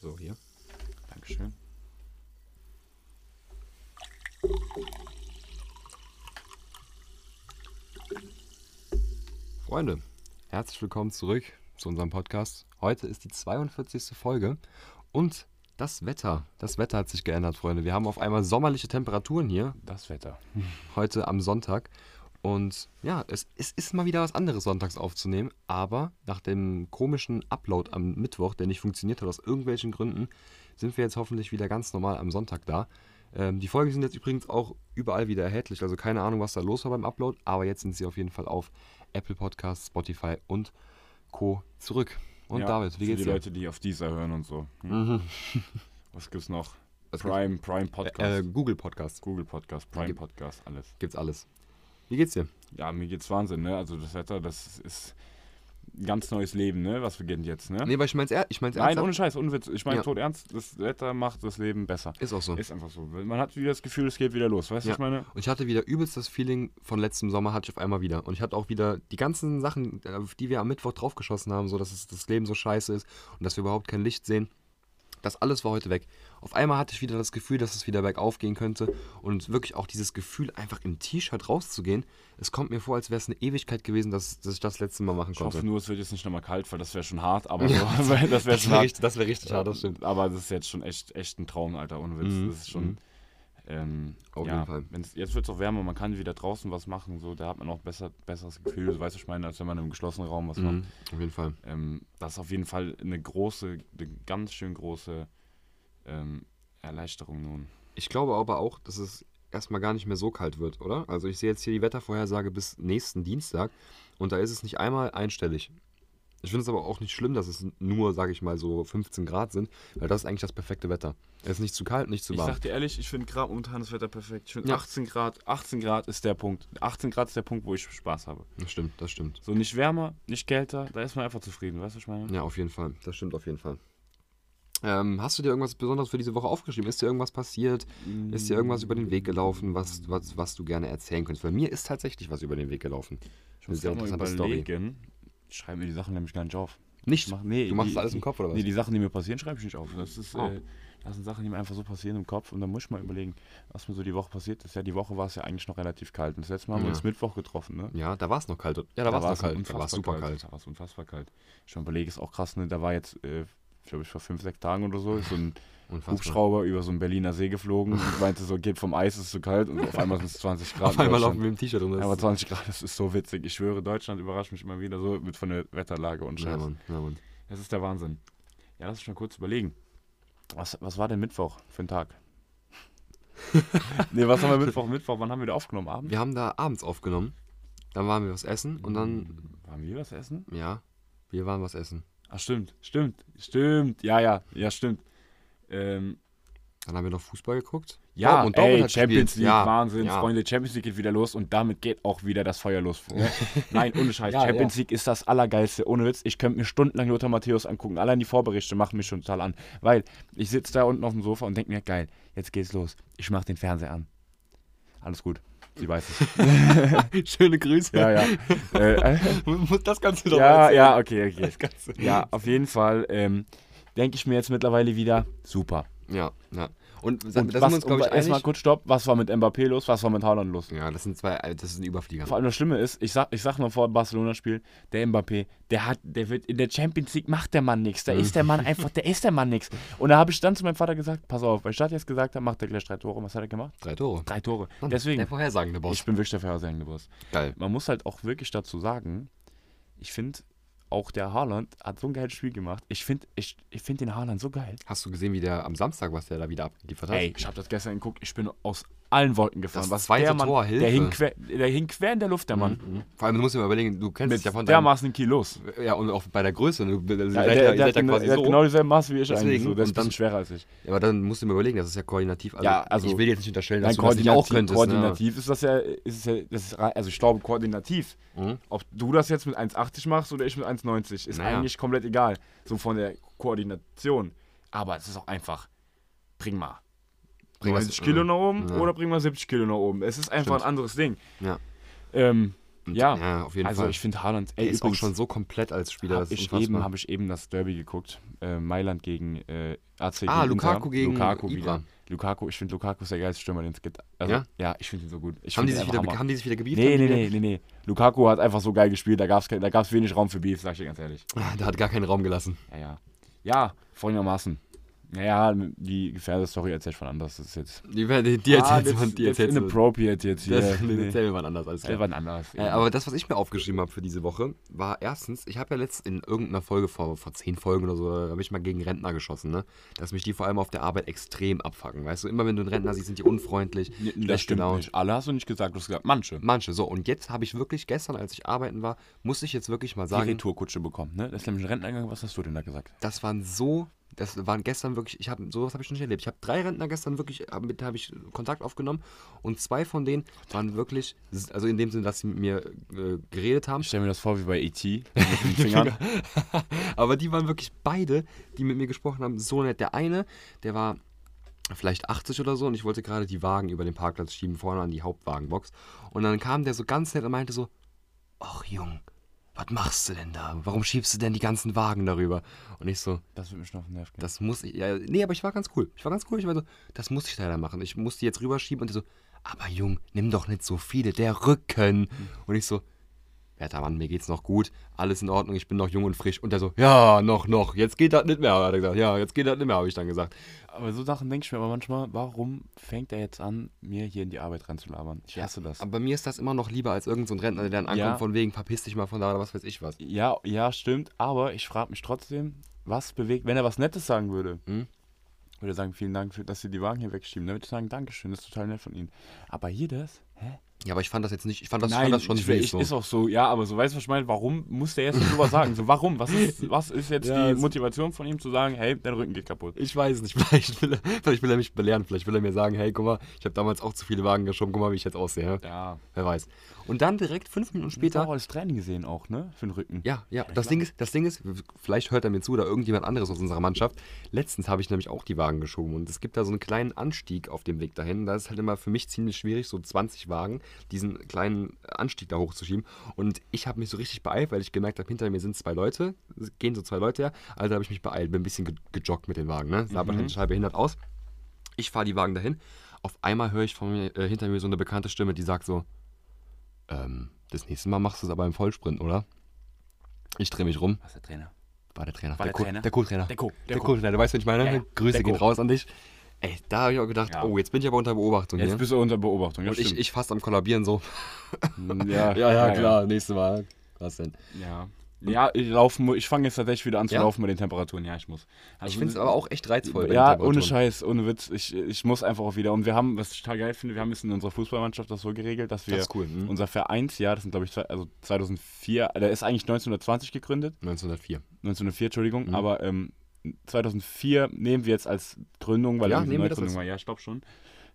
So, hier. Dankeschön. Freunde, herzlich willkommen zurück zu unserem Podcast. Heute ist die 42. Folge und das Wetter, das Wetter hat sich geändert, Freunde. Wir haben auf einmal sommerliche Temperaturen hier, Das Wetter. heute am Sonntag. Und ja, es, es ist mal wieder was anderes, sonntags aufzunehmen. Aber nach dem komischen Upload am Mittwoch, der nicht funktioniert hat aus irgendwelchen Gründen, sind wir jetzt hoffentlich wieder ganz normal am Sonntag da. Ähm, die Folgen sind jetzt übrigens auch überall wieder erhältlich. Also keine Ahnung, was da los war beim Upload. Aber jetzt sind sie auf jeden Fall auf Apple Podcasts, Spotify und Co. zurück. Und Ja, David, wie für geht's die dir? Mhm. Leute, die auf dieser hören und so. Hm. Was gibt's noch? Was Prime, Prime Äh, Podcast, Google Podcast. Google Podcast, Prime gibt- Podcast, alles. Gibt's alles. Wie geht's dir? Ja, mir geht's Wahnsinn, ne? Also das Wetter, das ist ein ganz neues Leben, ne? Was beginnt jetzt, ne? Nee, weil ich mein's, ehr ich mein's Nein, ernsthaft. ohne Scheiß, ohne Witz. Ich meine Ja. tot ernst, das Wetter macht das Leben besser. Ist auch so. Ist einfach so. Man hat wieder das Gefühl, es geht wieder los. Weißt du, Ja. was ich meine? Und ich hatte wieder übelst das Feeling von letztem Sommer, hatte ich auf einmal wieder. Und ich hatte auch wieder die ganzen Sachen, auf die wir am Mittwoch draufgeschossen haben, so dass es, das Leben so scheiße ist und dass wir überhaupt kein Licht sehen. Das alles war heute weg. Auf einmal hatte ich wieder das Gefühl, dass es wieder bergauf gehen könnte. Und wirklich auch dieses Gefühl, einfach im T-Shirt rauszugehen. Es kommt mir vor, als wäre es eine Ewigkeit gewesen, dass, dass ich das letzte Mal machen Ich hoffe konnte. nur, es wird jetzt nicht nochmal kalt, weil das wäre schon hart, aber so, das wäre wär schon hart. richtig, das wär richtig hart, das stimmt. Aber das ist jetzt schon echt, echt ein Traum, Alter, ohne Witz. Das ist schon. Ähm, mhm. Auf ja, jeden Fall. Wenn's, jetzt wird es auch wärmer, man kann wieder draußen was machen, so, da hat man auch besser, besseres Gefühl, so, weißt du, ich meine, als wenn man im geschlossenen Raum was macht. Mhm, auf jeden Fall. Ähm, das ist auf jeden Fall eine große, eine ganz schön große ähm, Erleichterung nun. Ich glaube aber auch, dass es erstmal gar nicht mehr so kalt wird, oder? Also ich sehe jetzt hier die Wettervorhersage bis nächsten Dienstag und da ist es nicht einmal einstellig. Ich finde es aber auch nicht schlimm, dass es nur, sage ich mal, so 15 Grad sind, weil das ist eigentlich das perfekte Wetter. Es ist nicht zu kalt, nicht zu Ich warm. sag dir ehrlich, ich finde gerade momentan das Wetter perfekt. Ich finde Ja. 18 Grad, 18 Grad ist der Punkt. 18 Grad ist der Punkt, wo ich Spaß habe. Das stimmt, das stimmt. So nicht wärmer, nicht kälter, da ist man einfach zufrieden, weißt du, was ich meine? Ja, auf jeden Fall. Das stimmt auf jeden Fall. Ähm, hast du dir irgendwas Besonderes für diese Woche aufgeschrieben? Ist dir irgendwas passiert? Ist dir irgendwas über den Weg gelaufen, was, was, was du gerne erzählen könntest? Bei mir ist tatsächlich was über den Weg gelaufen. Ich muss Eine gerade mal sehr interessante Story. überlegen. Ich schreibe mir die Sachen nämlich gar nicht auf. Ich Nicht? mach- nee, du machst die- das alles im Kopf oder was? Nee, die Sachen, die mir passieren, schreibe ich nicht auf. Das, ist, Oh. äh, das sind Sachen, die mir einfach so passieren im Kopf. Und dann muss ich mal überlegen, was mir so die Woche passiert ist. Ja, die Woche war es ja eigentlich noch relativ kalt. Und das letzte Mal haben Ja. wir uns Mittwoch getroffen, ne? Ja, da war es noch kalt. Ja, da, war's war es noch kalt. Da war es unfassbar super kalt. Da war es unfassbar kalt. Ich überlege, ist auch krass, ne? Da war jetzt, äh, glaube ich, vor fünf, sechs Tagen oder so, ist so ein Unfassbar. Hubschrauber über so einen Berliner See geflogen und meinte so, geht vom Eis, ist zu kalt. Und auf einmal sind es 20 Grad. Auf einmal in Deutschland. laufen wir im T-Shirt rum. das Ja, aber ist- 20 Grad, das ist so witzig. Ich schwöre, Deutschland überrascht mich immer wieder so mit von der Wetterlage und ja, Scheiß. Mann, ja, Mann. das ist der Wahnsinn. Ja, lass mich mal kurz überlegen. Was, was war denn Mittwoch für ein Tag? nee, was haben wir Mittwoch? Mittwoch, wann haben wir da aufgenommen? Abend? Wir haben da abends aufgenommen. Dann waren wir was essen und dann, Waren wir was essen? ja, wir waren was essen. Ach, stimmt, stimmt, stimmt. Ja, ja, ja, stimmt. Ähm, Dann haben wir noch Fußball geguckt. Ja, und ey, Champions League, Ja, Wahnsinn, ja. Freunde, Champions League geht wieder los und damit geht auch wieder das Feuer los. Freunde. Nein, ohne Scheiß, Ja, Champions League ist das Allergeilste, ohne Witz. Ich könnte mir stundenlang Lothar Matthäus angucken, allein die Vorberichte machen mich schon total an, weil ich sitze da unten auf dem Sofa und denke mir, geil, jetzt geht's los, ich mach den Fernseher an. Alles gut, sie weiß es. Schöne Grüße. Ja, ja. äh, äh, Muss das Ganze doch mal ja, erzählen. ja, okay, okay. Das Ganze. Ja, auf jeden Fall ähm, denke ich mir jetzt mittlerweile wieder, super. Ja, ja. Und, und Und da sind was, wir uns, glaube ich, erstmal einig. kurz Stopp, was war mit Mbappé los, was war mit Haaland los? Ja, das sind zwei, das sind Überflieger. Vor allem das Schlimme ist, ich sag, ich sag noch vor dem Barcelona-Spiel, der Mbappé, der hat, der wird in der Champions League macht der Mann nichts. Da Mhm. ist der Mann einfach, der ist der Mann nichts. Und da habe ich dann zu meinem Vater gesagt, pass auf, weil Stadt jetzt gesagt hat, macht er gleich drei Tore. Was hat er gemacht? Drei Tore. Drei Tore. Mann, Deswegen, Der vorhersagende Boss. ich bin wirklich der vorhersehende Boss. Geil. Man muss halt auch wirklich dazu sagen, ich finde, auch der Haaland hat so ein geiles Spiel gemacht. Ich finde ich, ich find den Haaland so geil. Hast du gesehen, wie der am Samstag, was der da wieder abgeliefert hat? Ey, ich habe das gestern geguckt, ich bin aus allen Wolken gefallen. Das Was zweite der Mann, Tor, Hilfe. der hing, quer, der hing quer in der Luft, der Mann. Mhm. Vor allem, du musst dir mal überlegen, du kennst Mit dich ja von deinem dermaßen Kilos. Ja, und auch bei der Größe. ne? Du, also Ja, ihr seid ja- der, der, ihr hat, seid ja genau- quasi der hat so. genau dieselbe Maß wie ich eigentlich. Deswegen, So, der ist und ein bisschen dann- schwerer als ich. Ja, aber dann musst du mir überlegen, das ist ja koordinativ. Also, Ja, also- ich will jetzt nicht unterstellen, dass Nein, du das nicht auch koordinativ, könntest. ne? koordinativ ist das ja, ist es ja das ist, rei- also ich glaube koordinativ. Mhm. Ob du das jetzt mit 1,80 machst oder ich mit 1,90, ist Naja. eigentlich komplett egal. So von der Koordination. Aber es ist auch einfach, bring mal Ne? Bring das- 90 Kilo nach oben Ja. oder bring mal 70 Kilo nach oben. Es ist einfach Stimmt. ein anderes Ding. Ja. Ähm, Und, Ja, auf jeden also Fall. ich finde Haaland, ey, er ist auch übrigens, schon so komplett als Spieler. habe das ist ich, unfassbar. eben, hab ich eben das Derby geguckt. Äh, Mailand gegen äh, AC. Ah, gegen Lukaku Inter. gegen Lukaku Ibra. wieder. Lukaku, ich finde Lukaku ist der geilste Stürmer, den es gibt. Also, Ja? ja? ich finde ihn so gut. Ich haben, find die ihn sich einfach wieder, Hammer. haben die sich wieder gebieft? Nee, Haben die nee, wieder- nee, nee, nee. Lukaku hat einfach so geil gespielt, da gab es da gab's wenig Raum für Beef, sag ich dir ganz ehrlich. Ah, Der hat gar keinen Raum gelassen. Ja, ja. Ja, folgendermaßen. Naja, die Gefährder-Story erzählt von anders. Das ist jetzt. Die, die, die Ah, erzählt that's- man, die that's erzählt inappropriate jetzt hier. Das nee. nee. erzählen wir mal anders. Alles klar. Das war ein anderes. Äh, aber das, was ich mir aufgeschrieben habe für diese Woche, war erstens, ich habe ja letztens in irgendeiner Folge vor, vor zehn Folgen oder so, da habe ich mal gegen Rentner geschossen, ne? Dass mich die vor allem auf der Arbeit extrem abfacken. Weißt du, immer wenn du einen Rentner siehst, sind die unfreundlich. Nee, nee, schlecht das stimmt gelaunt. nicht. Alle hast du nicht gesagt, du hast gesagt, manche. Manche, so. Und jetzt habe ich wirklich, gestern, als ich arbeiten war, musste ich jetzt wirklich mal Die sagen, Retourkutsche bekommen, ne? Das ist nämlich ein Renteneingang. Was hast du denn da gesagt? das waren so, das waren gestern wirklich, ich habe sowas habe ich noch nicht erlebt. Ich habe drei Rentner gestern wirklich, hab- mit denen habe ich Kontakt aufgenommen und zwei von denen waren wirklich, also in dem Sinne, dass sie mit mir äh, geredet haben. Ich stelle mir das vor wie bei E.T. mit den Fingern. genau. Aber die waren wirklich beide, die mit mir gesprochen haben, so nett. Der eine, der war vielleicht 80 oder so und ich wollte gerade die Wagen über den Parkplatz schieben, vorne an die Hauptwagenbox. Und dann kam der so ganz nett und meinte so, ach Jung, was machst du denn da? Warum schiebst du denn die ganzen Wagen darüber? Und ich so, Das wird mich noch auf den Nerv gehen. das muss ich, ja, nee, aber ich war ganz cool. Ich war ganz cool, ich war so, das muss ich leider machen. Ich muss die jetzt rüberschieben und die so, aber Jung, nimm doch nicht so viele, der Rücken. Und ich so, Werter Mann, mir geht's noch gut, alles in Ordnung, ich bin noch jung und frisch. Und der so, ja, noch, noch, jetzt geht das nicht mehr, hat er gesagt. Ja, jetzt geht das nicht mehr, habe ich dann gesagt. Aber so Sachen denke ich mir aber manchmal, warum fängt er jetzt an, mir hier in die Arbeit reinzulabern? Ich hasse das. Aber mir ist das immer noch lieber als irgendein so ein Rentner, der dann ankommt, Ja. von wegen, verpiss dich mal von da oder was weiß ich was. Ja, ja, stimmt. Aber ich frage mich trotzdem, was bewegt, wenn er was Nettes sagen würde. Hm? Würde er sagen, vielen Dank, für, dass Sie die Wagen hier wegschieben. Dann würde ich sagen, Dankeschön, das ist total nett von Ihnen. Aber hier das? Hä? Ja, aber ich fand das jetzt nicht, ich fand das, ich fand das schon ich, ich, süß so. ist auch so, ja, aber so weißt du, was ich meine? Warum muss der jetzt so was sagen? So, warum? Was ist, was ist jetzt Ja, die es- Motivation von ihm zu sagen, hey, dein Rücken geht kaputt? Ich weiß nicht, vielleicht will, er, vielleicht will er mich belehren, vielleicht will er mir sagen, hey, guck mal, ich habe damals auch zu viele Wagen geschoben, guck mal, wie ich jetzt aussehe. ja? Ja. Wer weiß. Und dann direkt fünf Minuten Später. Auch später. als Training gesehen auch, ne? Für den Rücken. Ja, ja, das Ding, ist, das Ding ist, vielleicht hört er mir zu oder irgendjemand anderes aus unserer Mannschaft. Letztens habe ich nämlich auch die Wagen geschoben und es gibt da so einen kleinen Anstieg auf dem Weg dahin. Da ist halt immer für mich ziemlich schwierig, so 20 Wagen diesen kleinen Anstieg da hochzuschieben. Und ich habe mich so richtig beeilt, weil ich gemerkt habe, hinter mir sind zwei Leute, es gehen so zwei Leute her. Also habe ich mich beeilt, bin ein bisschen ge gejoggt mit den Wagen. Ne? Sah wahrscheinlich total behindert aus. Ich fahre die Wagen dahin. Auf einmal höre ich von mir, äh, hinter mir so eine bekannte Stimme, die sagt so: ähm, Das nächste Mal machst du es aber im Vollsprint, oder? Ich drehe mich rum. Was der Trainer? War der Trainer. War der Co- Trainer? Der Co-Trainer. Der Co- Der der Co- Co-Trainer. Du weißt, was ich meine? Ja, ja. Grüße Der gehen Co. raus an dich. Ey, da habe ich auch gedacht, Ja. oh, jetzt bin ich aber unter Beobachtung Jetzt hier. bist du unter Beobachtung. das Und ich, stimmt. ich fast am Kollabieren so. ja, nächstes Mal. Was denn? Ja. Ja, ich, laufen mu- ich fange jetzt tatsächlich wieder an zu Ja? laufen mit den Temperaturen. Ja, ich muss. Also, Ich finde es aber auch echt reizvoll. bei Ja, den ohne Temperaturen. Scheiß, ohne Witz. Ich, ich muss einfach auch wieder. Und wir haben, was ich total geil finde, wir haben jetzt in unserer Fußballmannschaft das so geregelt, dass wir Das ist cool, mhm. unser Vereinsjahr, das sind glaube ich zwei, also 2004, der ist eigentlich 1920 gegründet, 1904. 1904, Entschuldigung, Mhm. aber ähm, 2004 nehmen wir jetzt als Gründung, weil Ja, irgendwie nehmen wir das Neugründung als- war. Ja, ich glaube schon.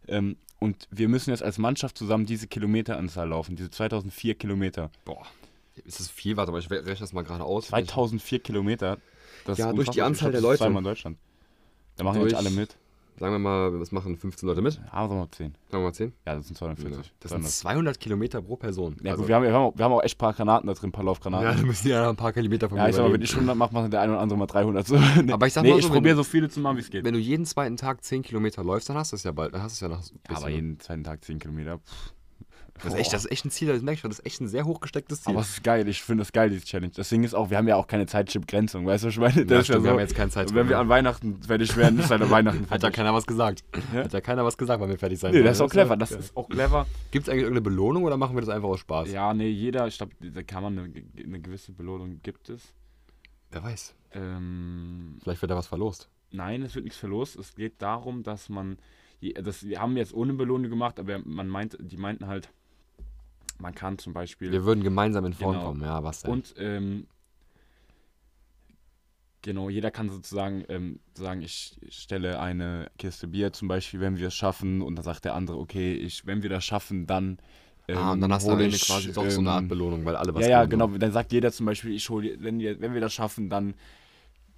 Ähm, und wir müssen jetzt als Mannschaft zusammen diese Kilometeranzahl laufen, diese 2004 Kilometer. Boah. Ist das viel? Warte mal, ich rechne das mal gerade aus. 2004 Kilometer. Das Ja, ist durch die unfassbar. Anzahl der Ich glaub, das ist Leute. Zweimal Deutschland. Da machen Durch- jetzt alle mit. Sagen wir mal, was machen 15 Leute mit? Sagen Ah, sagen wir mal 10. wir mal 10? Ja, das sind 240. Das sind 200. 200 Kilometer pro Person. Also, Ja, gut, wir haben, wir, haben auch, wir haben auch echt ein paar Granaten da drin, ein paar ja, Laufgranaten. da müssen die ja noch ein paar Kilometer von Ja, mir ich sag mal, wenn überleben. ich 100 mache, macht der eine oder andere mal 300. So. Nee, Aber ich sag nee, mal so, ich wenn- probiere so viele zu machen, wie es geht. Wenn du jeden zweiten Tag 10 Kilometer läufst, dann hast du es ja bald. Dann hast du es ja nach. Ja, aber jeden zweiten Tag 10 Kilometer. Pff. das, ist echt, das ist echt ein Ziel, das merke ich schon. Das ist echt ein sehr hochgestecktes Ziel. aber es ist geil, ich finde das geil, diese Challenge. Das Ding ist auch, wir haben ja auch keine Zeitschip-Grenzung, weißt du, was ich meine? Das ist stimmt, wir haben jetzt keine Zeitschip Wenn wir mehr. an Weihnachten fertig werden, ist halt an Weihnachten Hat ja fertig. keiner was gesagt. Hat ja keiner was gesagt, weil wir fertig sein Nee, wollen. das ist auch clever, das ist auch clever. Gibt es eigentlich irgendeine Belohnung oder machen wir das einfach aus Spaß? Ja, nee, jeder, ich glaube, da kann man eine, eine gewisse Belohnung gibt es. Wer weiß. Ähm, Vielleicht wird da was verlost. nein, es wird nichts verlost. Es geht darum, dass man, je- das, wir haben jetzt ohne Belohnung gemacht, aber man meint, die meinten halt, man kann zum Beispiel Wir würden gemeinsam in Form Genau. kommen. Ja, was denn? und ähm, genau, jeder kann sozusagen ähm, sagen, ich ich stelle eine Kiste Bier zum Beispiel, wenn wir es schaffen, und dann sagt der andere, okay, ich, wenn wir das schaffen, dann ähm, ah, und dann hast du am hole Ende ich, ähm, quasi doch so eine Art Belohnung, weil alle was ne? ja, ja, geben. genau. Dann sagt jeder zum Beispiel, ich hole, wenn wir, wenn wir das schaffen, dann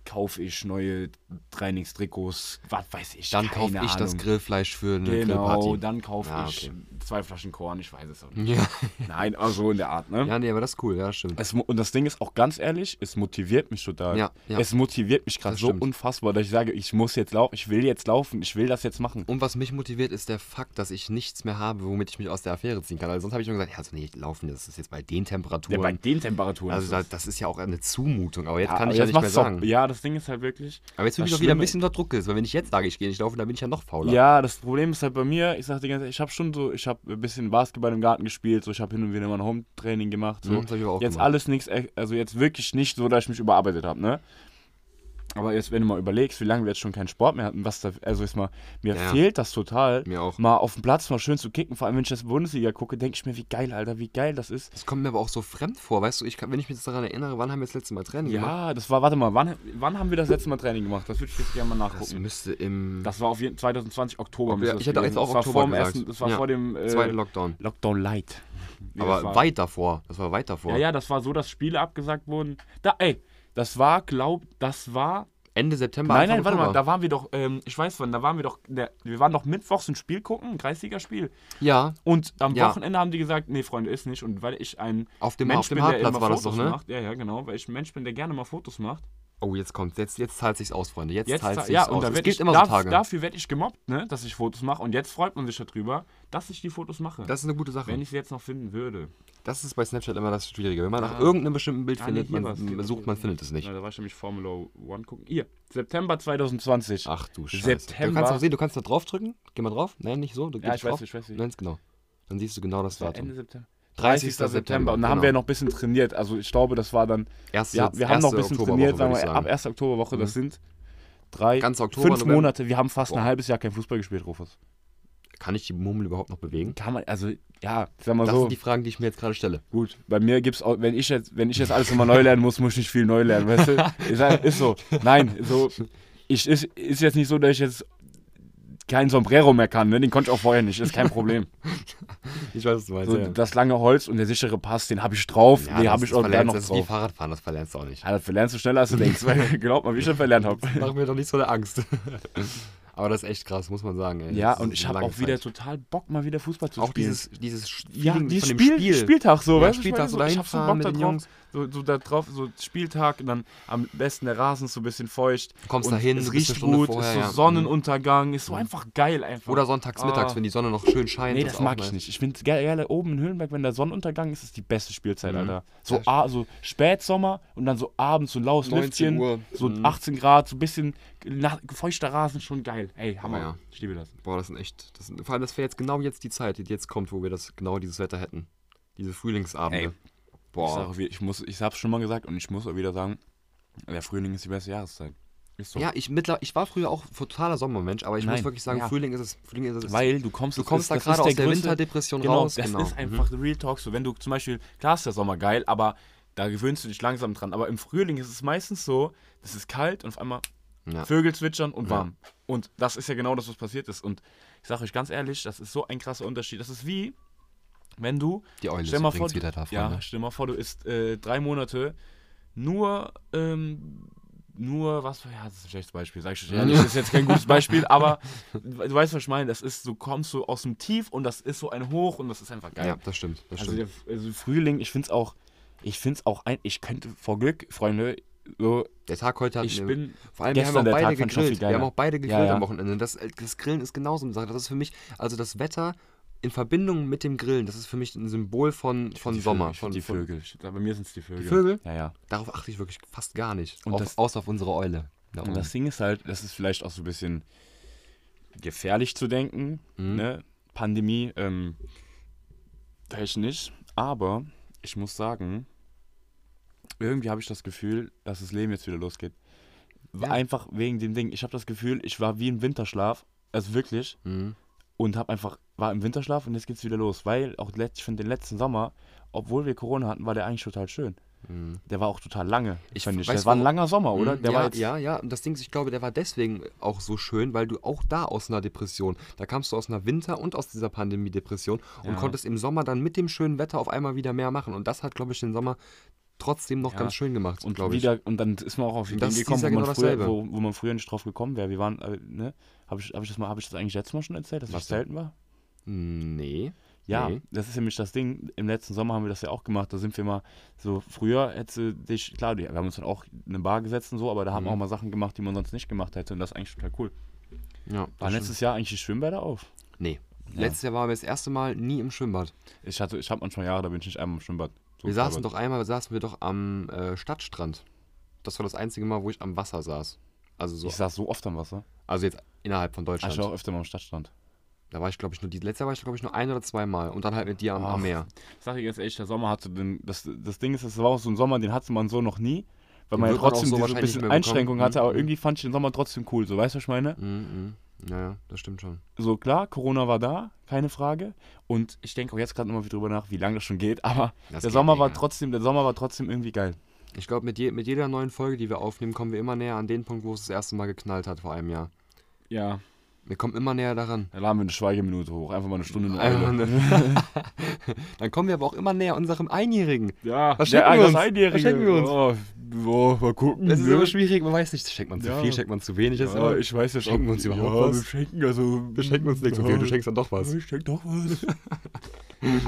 kaufe ich neue Trainingstrikots, was weiß ich. Dann keine kaufe ich das Ahnung. Grillfleisch für eine Genau, Grillparty. dann kaufe Ah, ich okay. zwei Flaschen Korn, ich weiß es auch nicht. Ja. Nein, aber so in der Art, ne? ja, nee, aber das ist cool, ja, stimmt. Es, mo- und das Ding ist auch ganz ehrlich, es motiviert mich total. Ja, ja. Es motiviert mich gerade Das so stimmt. unfassbar, dass ich sage, ich muss jetzt laufen, ich will jetzt laufen, ich will das jetzt machen. Und was mich motiviert, ist der Fakt, dass ich nichts mehr habe, womit ich mich aus der Affäre ziehen kann. Also sonst habe ich immer gesagt, ja, also nee, laufen, das ist jetzt bei den Temperaturen. Ja, bei den Temperaturen. also ist da, das- das ist ja auch eine Zumutung, aber jetzt Ja, kann ich ja aber jetzt nicht mehr macht's doch- sagen. Ja, das Ding ist halt wirklich. Aber jetzt bin Das ich auch wieder ein Schlimme- bisschen unter Druck gesetzt, weil wenn ich jetzt sage, ich gehe nicht laufen, dann bin ich ja noch fauler. Ja, das Problem ist halt bei mir, ich sag dir ganz ehrlich, ich habe schon so, ich habe ein bisschen Basketball im Garten gespielt, so ich habe hin und wieder mal ein Home-Training gemacht, so. Mhm, das hab ich aber auch jetzt gemacht. alles nichts, also jetzt wirklich nicht so, dass ich mich überarbeitet habe, ne? Aber jetzt, wenn du mal überlegst, wie lange wir jetzt schon keinen Sport mehr hatten, was da, also ist mal, mir Ja, ja. fehlt das total, Mir auch. mal auf dem Platz mal schön zu kicken, vor allem wenn ich das Bundesliga gucke, denke ich mir, wie geil, Alter, wie geil das ist. Das kommt mir aber auch so fremd vor, weißt du, ich kann, wenn ich mich jetzt daran erinnere, wann haben wir das letzte Mal Training gemacht? Ja, das war, warte mal, wann, wann haben wir das letzte Mal Training gemacht? Das würde ich jetzt gerne mal Das nachgucken. müsste im Das war auf jeden 2020 Oktober. Ja, müsste das ich hätte auch gewesen jetzt auch sein. das Oktober war vor dem gesagt. ersten, das war Ja. vor dem äh, zweiten Lockdown. Lockdown Light. Wie das Aber war. weit davor. Das war weit davor. Ja, ja, das war so, dass Spiele abgesagt wurden. Da, ey, das war, glaub, das war. Ende September. Nein, nein, Anfang warte mal, Oktober. da waren wir doch, ähm, ich weiß wann, da waren wir doch, ne, wir waren doch mittwochs ein Spiel gucken, ein Kreisligaspiel. Ja, Und am Ja. Wochenende haben die gesagt, nee, Freunde, ist nicht. Und weil ich ein auf dem, auf Mensch dem bin, der Hartplatz immer war das Fotos doch, ne? macht. Ja, ja, genau, weil ich ein Mensch bin, der gerne mal Fotos macht. Oh, jetzt kommt, jetzt, jetzt zahlt sich's aus, Freunde. Jetzt, Jetzt, zahlt sich's ja, aus. und da es werd gibt ich, immer darf, so Tage. dafür werde ich gemobbt, ne, dass ich Fotos mache. Und jetzt freut man sich darüber, dass ich die Fotos mache. Das ist eine gute Sache. wenn ich sie jetzt noch finden würde. Das ist bei Snapchat immer das Schwierige. Wenn man nach Ah. irgendeinem bestimmten Bild Ah, findet, nee, hier war's. Hier man war's. sucht, man findet es nicht. Na, da war ich nämlich Formula One gucken. Hier, September 2020. Ach du Scheiße. Du September- kannst auch sehen, du kannst da drauf drücken. Geh mal drauf. Nein, nicht so. Du ja, gehst ich weiß, drauf. ich weiß. Ich Nein, ist genau. Dann siehst du genau das Datum. Ende September. 30. 30. September, September. Und dann haben genau. wir noch ein bisschen trainiert. Also ich glaube, das war dann. Erste, Ja, wir haben noch erste ein bisschen Oktoberwoche, trainiert, sagen würd wir, ich Mhm. ab 1. Oktoberwoche, das sind drei, Ganz Oktober, fünf November. Monate. Wir haben fast Boah. ein halbes Jahr kein Fußball gespielt, Rufus. Kann ich die Mummel überhaupt noch bewegen? Kann man, also ja, sag mal Das so. sind die Fragen, die ich mir jetzt gerade stelle. Gut, bei mir gibt's auch, wenn ich jetzt, wenn ich jetzt alles immer neu lernen muss, muss ich nicht viel neu lernen, weißt du? Ist, halt- ist so. Nein, so, ich, ist, ist jetzt nicht so, dass ich jetzt kein Sombrero mehr kann, ne? Den konnte ich auch vorher nicht, ist kein Problem. Ich weiß, was du meinst. So, das lange Holz und der sichere Pass, den habe ich drauf, den habe ich auch da verlernt, noch Das ist wie drauf. Fahrradfahren, das verlernst du auch nicht. Ja, das verlernst du schneller, als du denkst, weil glaub mal, wie ich schon verlernt habe. Mach mir doch nicht so eine Angst. Aber das ist echt krass, muss man sagen. Ey. Ja, Das und ist ich eine habe lange auch wieder Zeit. total Bock, mal wieder Fußball zu auch spielen. dieses, dieses Feeling ja, dieses von dem Spiel, Spiel. Spieltag so, Ja, weißt du? Spieltag, was ich so meine? dahin ich hab so fahren Bock mit da den drauf, Jungs. so, so da drauf, so Spieltag und dann am besten der Rasen ist so ein bisschen feucht. Du kommst und da hin, es du bist eine riecht Stunde gut, vorher, ist so ja. Sonnenuntergang, ist so einfach geil einfach. Oder sonntags mittags, Ah. wenn die Sonne noch schön scheint. Nee, ist das auch mag nice. ich nicht. Ich finde geil, geil, oben in Höhenberg, wenn der Sonnenuntergang ist, ist die beste Spielzeit, Mhm. Alter. Ja, So, a, so Spätsommer und dann so abends so laues 19 Lüftchen, Uhr. so Mhm. 18 Grad, so ein bisschen na, feuchter Rasen, schon geil. Ey, Hammer. Oh ja. Ich liebe das. Boah, das sind echt. Das sind, vor allem, das wäre jetzt genau jetzt die Zeit, die jetzt kommt, wo wir das genau dieses Wetter hätten. Diese Frühlingsabende. Ey. Ich, sag, Boah. auch wieder, ich, muss, ich hab's schon mal gesagt und ich muss auch wieder sagen, der Frühling ist die beste Jahreszeit. Ist so. Ja, ich, mittler, ich war früher auch totaler Sommermensch, aber ich muss Nein. wirklich sagen, Ja. Frühling ist es. Frühling ist es Weil du kommst, du das kommst ist- da das gerade ist aus der der größte- Winterdepression genau, raus. Das genau. ist einfach Real Talk. So, wenn du zum Beispiel, klar ist der Sommer geil, aber da gewöhnst du dich langsam dran. Aber im Frühling ist es meistens so, es ist kalt und auf einmal Ja. Vögel zwitschern und warm. Und das ist ja genau das, was passiert ist. Und ich sage euch ganz ehrlich, das ist so ein krasser Unterschied. Das ist wie, wenn du Die Eule ist Stell mal übrigens vor, wieder da, ne? ja, Freunde. stell mal vor, du isst äh, drei Monate nur, ähm, nur, was, ja, das ist ein schlechtes Beispiel, sag ich schon ehrlich, das ist jetzt kein gutes Beispiel, aber du weißt, was ich meine, das ist, du kommst so aus dem Tief und das ist so ein Hoch und das ist einfach Ja, geil. das stimmt. Das also, stimmt. der, also Frühling, ich find's auch, ich find's auch ein, ich könnte vor Glück, Freunde, so, Der Tag heute hat ich mir- bin, Vor allem, Gestern wir der haben auch beide Tag fand ich noch gegrillt. viel Wir haben geiler. auch beide gegrillt Ja, ja. am Wochenende. Das, äh, das Grillen ist genauso eine Sache. Das ist für mich, also das Wetter in Verbindung mit dem Grillen, das ist für mich ein Symbol von, von die Sommer. Vögel, ich von, find die von, Vögel, ich, bei mir sind's die Vögel. Vögel? Ja, ja. Darauf achte ich wirklich fast gar nicht. Und auf, das- außer auf unsere Eule. Da Und oben. das Ding ist halt, das ist vielleicht auch so ein bisschen gefährlich zu denken, Mhm. ne? Pandemie, ähm, technisch, aber ich muss sagen, irgendwie habe ich das Gefühl, dass das Leben jetzt wieder losgeht. Ja. Einfach wegen dem Ding. Ich habe das Gefühl, ich war wie im Winterschlaf, also wirklich, Mhm. und habe einfach, war im Winterschlaf und jetzt geht's wieder los, weil auch letzt- ich finde den letzten Sommer, obwohl wir Corona hatten, war der eigentlich total schön. Der war auch total lange. Mhm. Ich fand ich. weiß, Das war ein wo- langer Sommer, oder? Mhm, Der ja, war jetzt, ja, ja. Und das Ding ist, ich glaube, der war deswegen auch so schön, weil du auch da aus einer Depression, da kamst du aus einer Winter- und aus dieser Pandemie-Depression und Ja. konntest im Sommer dann mit dem schönen Wetter auf einmal wieder mehr machen. Und das hat, glaube ich, den Sommer trotzdem noch Ja. ganz schön gemacht, Und glaube ich. wieder, und dann ist man auch auf Ideen Das ist gekommen, ja wo man, genau früher, dasselbe. wo, wo man früher nicht drauf gekommen wäre. Wir waren, äh, ne? Habe ich, hab ich, das mal- hab ich das eigentlich letztes Mal schon erzählt, dass Was ich denn? selten war? Hm, Nee. Ja, Nee. das ist nämlich das Ding. Im letzten Sommer haben wir das ja auch gemacht. Da sind wir mal so früher hätte dich, klar, die- wir haben uns dann auch in eine Bar gesetzt und so, aber da Mhm. haben wir auch mal Sachen gemacht, die man sonst nicht gemacht hätte. Und das ist eigentlich total cool. Ja, Waren letztes Jahr eigentlich die Schwimmbäder auf? nee. Letztes Jahr waren wir das erste Mal nie im Schwimmbad. Ich hatte, ich habe manchmal Jahre, da bin ich nicht einmal im Schwimmbad. So, wir saßen aber- doch einmal, saßen wir doch am äh, Stadtstrand. Das war das einzige Mal, wo ich am Wasser saß. Also so, Ich saß so oft am Wasser. also jetzt innerhalb von Ah, Deutschland. Ich war auch öfter mal am Stadtstrand. Da war ich, glaube ich, nur die letzte Jahr war ich, glaube ich, nur ein oder zweimal. Und dann halt mit dir am, am Ach. Meer. Ich sag dir ganz ehrlich, der Sommer hatte den. Das, das Ding ist, das war auch so ein Sommer, den hatte man so noch nie. Weil Den man wird ja man auch trotzdem so diese wahrscheinlich nicht bisschen mehr bekommen. Einschränkungen hatte, aber Mhm. irgendwie fand ich den Sommer trotzdem cool. So, weißt du, was ich meine? Mhm, mhm. Ja, ja, das stimmt schon. So, klar, Corona war da, keine Frage. Und ich denke auch jetzt gerade nochmal wieder drüber nach, wie lange das schon geht. Aber Das der geht Sommer war länger. trotzdem, der Sommer war trotzdem irgendwie geil. Ich glaube, mit, je, mit jeder neuen Folge, die wir aufnehmen, kommen wir immer näher an den Punkt, wo es das erste Mal geknallt hat vor einem Jahr. Ja. Wir kommen immer näher daran. Da laden wir eine Schweigeminute hoch, einfach mal eine Stunde. Eine Einfach Eule. Dann kommen wir aber auch immer näher unserem Einjährigen. Ja, Was der- schenken wir das uns? Einjährige. Was schenken wir uns? Oh, oh, mal gucken. Das ist ne? immer schwierig, man weiß nicht, schenkt man zu Ja. viel, schenkt man zu wenig. das ist Ja, immer, ich weiß ja schon. Schenken wir uns überhaupt ja, was? Wir schenken also. wir schenken uns nichts. Okay, du schenkst dann doch was. Ich schenk doch was. Aber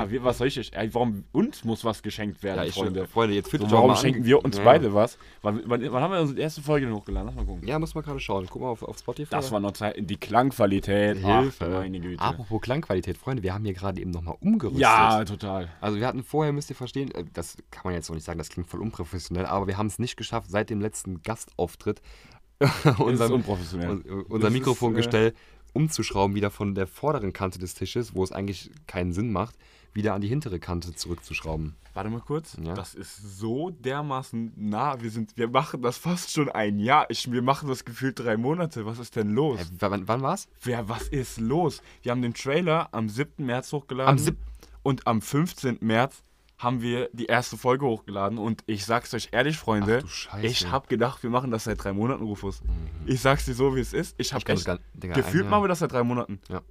Ah, wir, was soll ich? euch- ey, Warum uns muss was geschenkt werden, Freunde? Freunde, jetzt fühlt So, euch warum mal an. schenken wir uns Ja. beide was? Wann, wann, wann haben wir unsere erste Folge denn hochgeladen? Lass mal gucken. Ja, muss man gerade schauen. Guck mal auf, auf Spotify. Das war noch Zeit. Die Klangqualität. Hilfe. Ach, meine Güte. Apropos Klangqualität, Freunde, wir haben hier gerade eben nochmal umgerüstet. ja, total. Also wir hatten vorher, müsst ihr verstehen, äh, das kann man jetzt so nicht sagen, das klingt voll unprofessionell, aber wir haben es nicht geschafft, seit dem letzten Gastauftritt das ist unser, unprofessionell. un- unser Das ist, äh, Mikrofongestell umzuschrauben, wieder von der vorderen Kante des Tisches, wo es eigentlich keinen Sinn macht, wieder an die hintere Kante zurückzuschrauben. Warte mal kurz. Ja. Das ist so dermaßen nah. Wir, sind, wir machen das fast schon ein Jahr. Ich, wir machen das gefühlt drei Monate. Was ist denn los? Äh, wann, wann war's? Wer, was ist los? Wir haben den Trailer am 7. März hochgeladen. Am sieb- Und am 15. März haben wir die erste Folge hochgeladen. Und ich sag's euch ehrlich, Freunde, Ach du Scheiße. Mhm. ich hab gedacht, wir machen das seit drei Monaten, Rufus. Ich sag's dir so, wie es ist. Ich hab glaub, echt, das kann- Digga, ein gefühlt Jahr. machen wir das seit drei Monaten. Ja.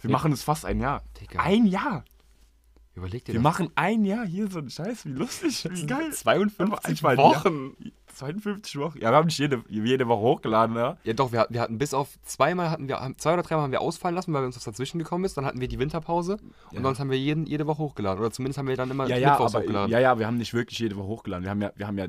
Wir machen es fast ein Jahr. Digga. Ein Jahr. Überleg dir Wir das. machen ein Jahr hier so einen Scheiß. Wie lustig. Wie geil. 52 Einfach ein Jahr. Wochen. 52 Wochen. Ja, wir haben nicht jede, jede Woche hochgeladen, ja. Ja doch, wir, wir hatten bis auf zweimal hatten wir, haben- zwei oder dreimal haben wir ausfallen lassen, weil wir uns was dazwischen gekommen ist. Dann hatten wir die Winterpause und sonst haben wir jeden, jede Woche hochgeladen. Oder zumindest haben wir dann immer ja, ja, Mittwochs aber, hochgeladen. ja, ja, wir haben nicht wirklich jede Woche hochgeladen. Wir haben ja, wir haben ja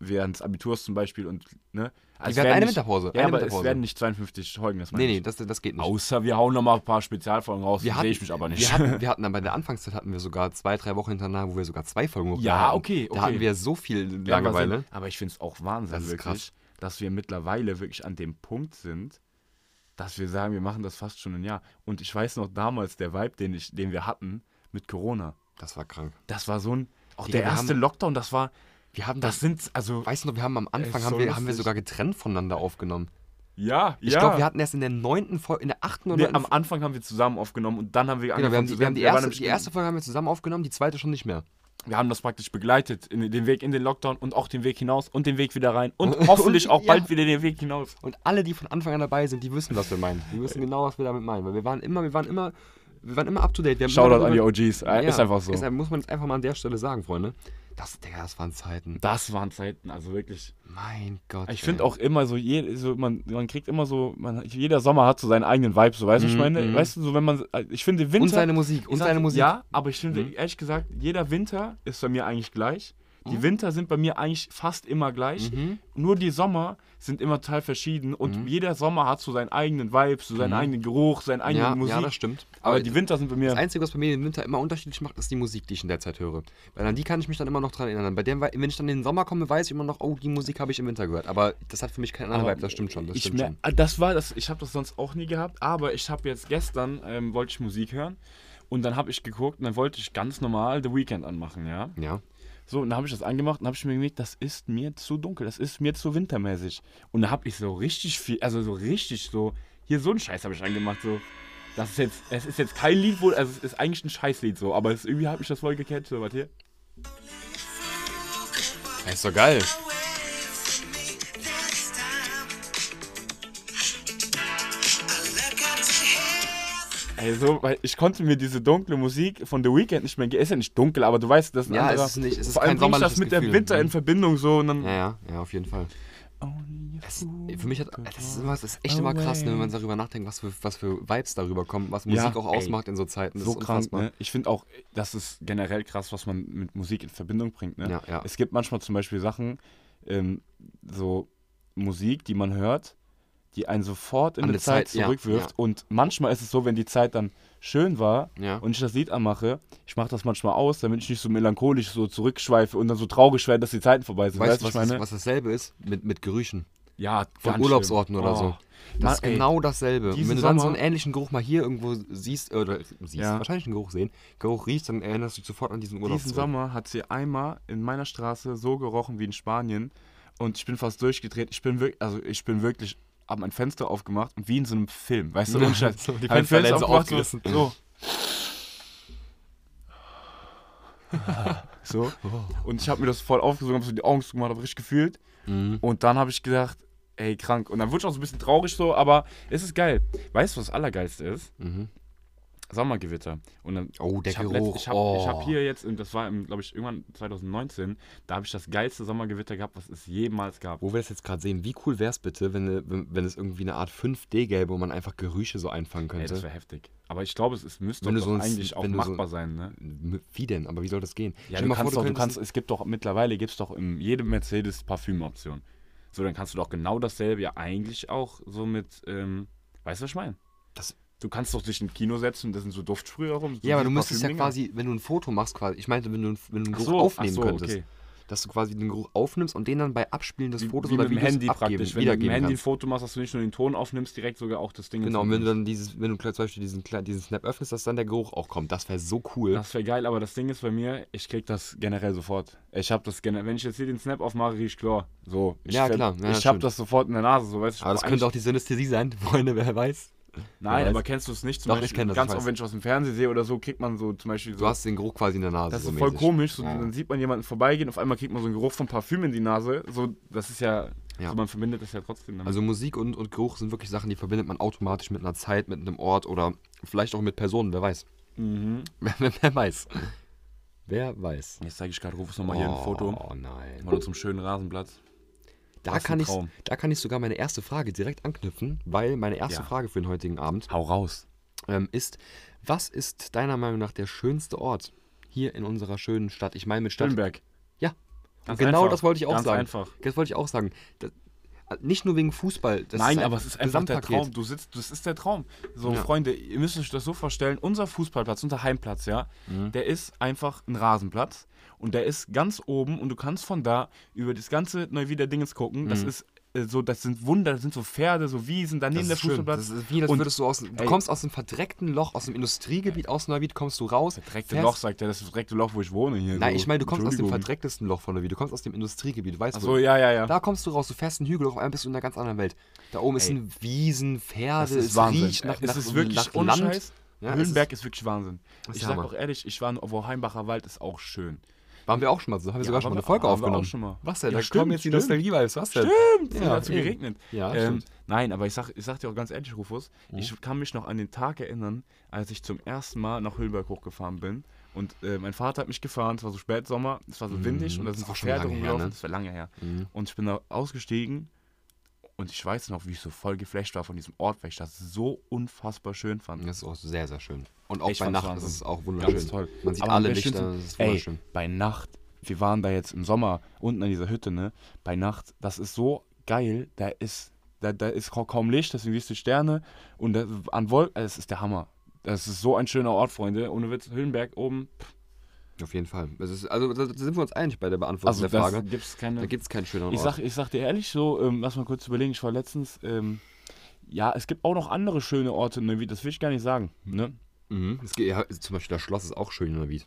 während des Abiturs zum Beispiel und, ne? es hatten werden eine nicht- Winterpause, Ja, eine aber es Winterpause. werden nicht 52 Folgen, das meine nee, nee, ich. das, das geht nicht. Außer wir hauen nochmal ein paar Spezialfolgen raus, Wir sehe ich mich aber nicht. Wir hatten, wir hatten dann bei der Anfangszeit hatten wir sogar zwei, drei Wochen hintereinander, wo wir sogar zwei Folgen hochgeladen Ja, hatten. okay, okay. Da hatten wir so viel Ja, aber Langeweile. sind- Aber ich finde es auch Wahnsinn, Das ist wirklich, krass. dass wir mittlerweile wirklich an dem Punkt sind, dass wir sagen, wir machen das fast schon ein Jahr. Und ich weiß noch damals, der Vibe, den, ich, den wir hatten mit Corona, Das war krank. das war so ein. Auch Digga, der wir erste haben- Lockdown, das war. Wir haben Das das. sind, also. Weißt du noch, wir haben am Anfang ist haben so wir, haben wir lustig. sogar getrennt voneinander aufgenommen. Ja, Ich glaube, wir hatten erst in der neunten Folge, in der achten oder Nee, neunten am Anfang haben wir zusammen aufgenommen und dann haben wir Genau, wir haben, zu die, wir haben die, senden. waren erste, nämlich- die erste Folge haben wir zusammen aufgenommen, die zweite schon nicht mehr. wir haben das praktisch begleitet, in, den Weg in den Lockdown und auch den Weg hinaus und den Weg wieder rein und hoffentlich auch ja. bald wieder den Weg hinaus. Und alle, die von Anfang an dabei sind, die wissen, was wir meinen. Die Äh. wissen genau, was wir damit meinen. Weil wir waren immer, wir waren immer, wir waren immer up to date. Wir haben immer Shoutout an die darüber- OGs, äh, Ja, ist einfach so. Ist, muss man jetzt einfach mal an der Stelle sagen, Freunde. Das, Digga, das waren Zeiten. das waren Zeiten, also wirklich. Mein Gott. Ich ey. finde auch immer so, je, so man, man kriegt immer so, man, jeder Sommer hat so seinen eigenen Vibe, so weißt du, ich meine, mhm. weißt du, so wenn man, ich finde Winter. Und seine Musik. Und Ich sag, seine Musik. Mhm. Ja, aber ich finde, ehrlich gesagt, jeder Winter ist bei mir eigentlich gleich. Die Mhm. Winter sind bei mir eigentlich fast immer gleich. Nur die Sommer sind immer total verschieden. Und Mhm. jeder Sommer hat so seinen eigenen Vibe, so seinen eigenen Geruch, seine eigene ja, Musik. ja, das stimmt. Aber die Winter sind bei mir. Das Einzige, was bei mir im Winter immer unterschiedlich macht, ist die Musik, die ich in der Zeit höre. Weil an die kann ich mich dann immer noch dran erinnern. Bei dem, wei- wenn ich dann in den Sommer komme, weiß ich immer noch, oh, die Musik habe ich im Winter gehört. Aber das hat für mich keinen anderen Aber Vibe, das stimmt schon. Das ich stimmt mer- schon. Ah, das war das, ich habe das sonst auch nie gehabt, aber ich habe jetzt gestern, ähm, wollte ich Musik hören und dann habe ich geguckt und dann wollte ich ganz normal The Weeknd anmachen, ja. Ja. So, und dann habe ich das angemacht und habe ich mir gemerkt, das ist mir zu dunkel, das ist mir zu wintermäßig. Und da habe ich so richtig viel, also so richtig so, hier so einen Scheiß habe ich angemacht, so. Das ist jetzt, es ist jetzt kein Lied, wo, also es ist eigentlich ein Scheißlied so, aber es, irgendwie hat mich das voll gecatcht, so, warte hier. Das ist doch geil. Ey, so, weil ich konnte mir diese dunkle Musik von The Weeknd nicht mehr, ge- ist ja nicht dunkel, aber du weißt, das ist ein Ja, es anderer- ist nicht- es ist Vor allem kein bringe ich das sommerliches mit Gefühl. Mhm. der Winter in Verbindung so und dann, Oh, Ja, ja, ja, auf jeden Fall. Only a Es, fool für mich hat, could das ist, immer, das ist echt immer krass, ne, wenn man darüber nachdenkt, was für, was für Vibes darüber kommen, was Ja, Musik auch ey. ausmacht in so Zeiten. Das so ist krass, unfassbar. ne? Ich finde auch, das ist generell krass, was man mit Musik in Verbindung bringt, ne? Ja, ja. Es gibt manchmal zum Beispiel Sachen, ähm, so Musik, die man hört, die einen sofort in An eine eine Zeit, Zeit, ja, zurückwirft. ja. Und manchmal ist es so, wenn die Zeit dann schön war Ja. und ich das Lied anmache, ich mache das manchmal aus, damit ich nicht so melancholisch so zurückschweife und dann so traurig werde, dass die Zeiten vorbei sind. Weißt Weißt du, du, was was, ich meine? das- was dasselbe ist? Mit, mit Gerüchen. ja, Von ganz Urlaubsorten schlimm. oder Oh. so. Das Mann, ist ey, genau dasselbe. Und diesen wenn du dann so Sommer- einen ähnlichen Geruch mal hier irgendwo siehst, äh, oder siehst, Ja. wahrscheinlich einen Geruch sehen, Geruch riechst, dann erinnerst du dich sofort an diesen Urlaub. Diesen zurück. Sommer hat sie einmal in meiner Straße so gerochen wie in Spanien und ich bin fast durchgedreht. Ich bin wirklich, also ich bin wirklich, hab mein Fenster aufgemacht und wie in so einem Film, weißt du, ohne Scheiß. So, die Hab mein Fensterläden so aufgemacht, aufgerissen. So. so. Oh. Und ich habe mir das voll aufgesogen, habe so die Augen zugemacht, habe richtig gefühlt. Mhm. Und dann habe ich gedacht, ey, krank. Und dann wurde ich auch so ein bisschen traurig so, aber es ist geil. Weißt du, was das Allergeilste ist? Mhm. Sommergewitter. Und dann, Oh, der ich habe Geruch. ich hab, ich Oh. hab hier jetzt, und das war, glaube ich, irgendwann 2019, da habe ich das geilste Sommergewitter gehabt, was es jemals gab. Wo wir das jetzt gerade sehen, wie cool wäre es bitte, wenn, äh, wenn, wenn es irgendwie eine Art 5D gäbe, wo man einfach Gerüche so einfangen Ey, das könnte? wäre heftig. Aber ich glaube, es, es müsste Wenn du doch so ein- eigentlich auch wenn du so- machbar sein, ne? wie denn? Aber wie soll das gehen? Ja, Stell du mal kannst vor, doch, du kannst, könntest- es gibt doch, mittlerweile gibt es doch in jedem Mercedes Parfümoption. So, dann kannst du doch genau dasselbe ja eigentlich auch so mit, ähm, weißt du, was ich meine? Das- Du kannst doch dich in ein Kino setzen und da sind so Duftsprüher rum. so Ja, aber diese du müsstest ja Parfümdinger. quasi, wenn du ein Foto machst, quasi, ich meinte, wenn du, ein- wenn du einen Ach Geruch so, ach aufnehmen so, könntest, okay. dass du quasi den Geruch aufnimmst und den dann bei Abspielen des Wie, Fotos wie oder mit dem Videos Handy abgeben, praktisch. Wenn du mit dem wiedergeben Handy ein kannst. Foto machst, dass du nicht nur den Ton aufnimmst, direkt sogar auch das Ding. Genau, und ins wenn du Handy dann dieses, wenn du zum Beispiel diesen, kle- diesen Snap öffnest, dass dann der Geruch auch kommt. Das wäre so cool. Das wäre geil, aber das Ding ist bei mir, ich krieg das generell sofort. Ich hab das generell, wenn ich jetzt hier den Snap aufmache, riech ich Chlor. So. Ich Ja, ver- klar. Ja, ich stimmt. hab das sofort in der Nase, so weißt du. aber das könnte auch die Synästhesie sein, Freunde, wer weiß. Nein, Wer aber weiß. kennst du es nicht? Zum Doch, ich Beispiel, kenn das, ich Ganz weiß. oft, wenn ich aus dem Fernsehen sehe oder so, kriegt man so zum Beispiel Du so. hast den Geruch quasi in der Nase. Das so ist voll mäßig. komisch. So, Ja. Dann sieht man jemanden vorbeigehen, auf einmal kriegt man so einen Geruch von Parfüm in die Nase. So, das ist ja. Ja. So, man verbindet das ja trotzdem damit. Also Musik und, und Geruch sind wirklich Sachen, die verbindet man automatisch mit einer Zeit, mit einem Ort oder vielleicht auch mit Personen, wer weiß. mhm. Wer, wer, wer weiß. Wer weiß. Jetzt zeige ich gerade Rufus nochmal hier ein Foto. Oh nein. Oder zum schönen Rasenplatz. Da Was ein kann, ich, Traum. da kann ich sogar meine erste Frage direkt anknüpfen, weil meine erste Ja. Frage für den heutigen Abend Hau raus. ähm, ist, was ist deiner Meinung nach der schönste Ort hier in unserer schönen Stadt? Ich meine mit Stadt. Stollenberg. Ja. Und Ganz genau einfach. das wollte ich auch Ganz sagen. einfach. Das wollte ich auch sagen. Das, äh, nicht nur wegen Fußball. Das Nein, aber es ist einfach der Gesamtpaket. Traum. Du sitzt, das ist der Traum. So, Ja. Freunde, ihr müsst euch das so vorstellen: unser Fußballplatz, unser Heimplatz, ja, Mhm. der ist einfach ein Rasenplatz. Und der ist ganz oben und du kannst von da über das ganze Neuwieder Dingens gucken. Das ist äh, so, das sind Wunder, das sind so Pferde, so Wiesen, daneben Mhm. Das der ist schön. Das Fußballplatz. ist wie, als Und- würdest du aus, du ey. kommst aus dem verdreckten Loch, aus dem Industriegebiet, aus Neuwied, kommst du raus. Direkte fährst- Loch, sagt er, das ist das direkte Loch, wo ich wohne hier. Nein, so. ich meine, du kommst aus dem Entschuldigung. verdrecktesten Loch von Neuwied. Du kommst aus dem Industriegebiet, weißt Ach du? so, ja, ja, ja. Da kommst du raus, du fährst einen Hügel, auf einmal bist du in einer ganz anderen Welt. Da oben ist Ey. ein Wiesen, Das Pferde, ist es Wahnsinn. Äh, riecht nach, es nach, ist wirklich nach ohne Land. Scheiß. Ja, es Höhenberg ist, wirklich Wahnsinn. ist Ich sag Hammer. auch ehrlich, ich war in Oberheimbacher Wald, ist auch schön. ist, waren wir auch schon mal, so haben wir sogar schon waren mal eine wir- Folge waren wir auch aufgenommen. schon mal. Was denn? Ja, da stimmt, kommen jetzt die stimmt. Nostalgie-Vibes, was denn? Stimmt, Ja, ja, dazu eben. geregnet. Ja, ähm, stimmt. Mhm. nein, aber ich sag, ich sag dir auch ganz ehrlich, Rufus, ich kann mich noch an den Tag erinnern, als ich zum ersten Mal nach Hülberg hochgefahren bin. Und äh, mein Vater hat mich gefahren, es war so Spätsommer, es war so windig und da das sind war Mhm. so schon Pferde lange her, rumgelaufen, ne? das war lange her. Und ich bin da ausgestiegen und ich weiß noch, wie ich so voll geflasht war von diesem Ort, weil ich das so unfassbar schön fand. Das ist auch sehr, sehr schön. Und auch Ich bei fand's Nacht ist Wahnsinn. es auch wunderschön. Ganz toll. Man sieht Aber alle am besten Lichter, sind- das ist wunderschön. Ey, bei Nacht, wir waren da jetzt im Sommer unten an dieser Hütte, ne? Bei Nacht, das ist so geil, da ist, da, da ist ka- kaum Licht, deswegen siehst du Sterne und da, an Wolken, es ist der Hammer. Das ist so ein schöner Ort, Freunde. Ohne Witz, Hüllenberg oben. Auf jeden Fall. Es ist, also da da sind wir uns einig bei der Beantwortung Also der das Frage. gibt's keine. Da gibt es keinen schöneren ich, Ort. sag, ich sag dir ehrlich so, ähm, lass mal kurz überlegen, ich war letztens, ähm, ja, es gibt auch noch andere schöne Orte, ne? wie- das will ich gar nicht sagen. Ne? Mhm. Es geht, ja, zum Beispiel das Schloss ist auch schön in Neuwied.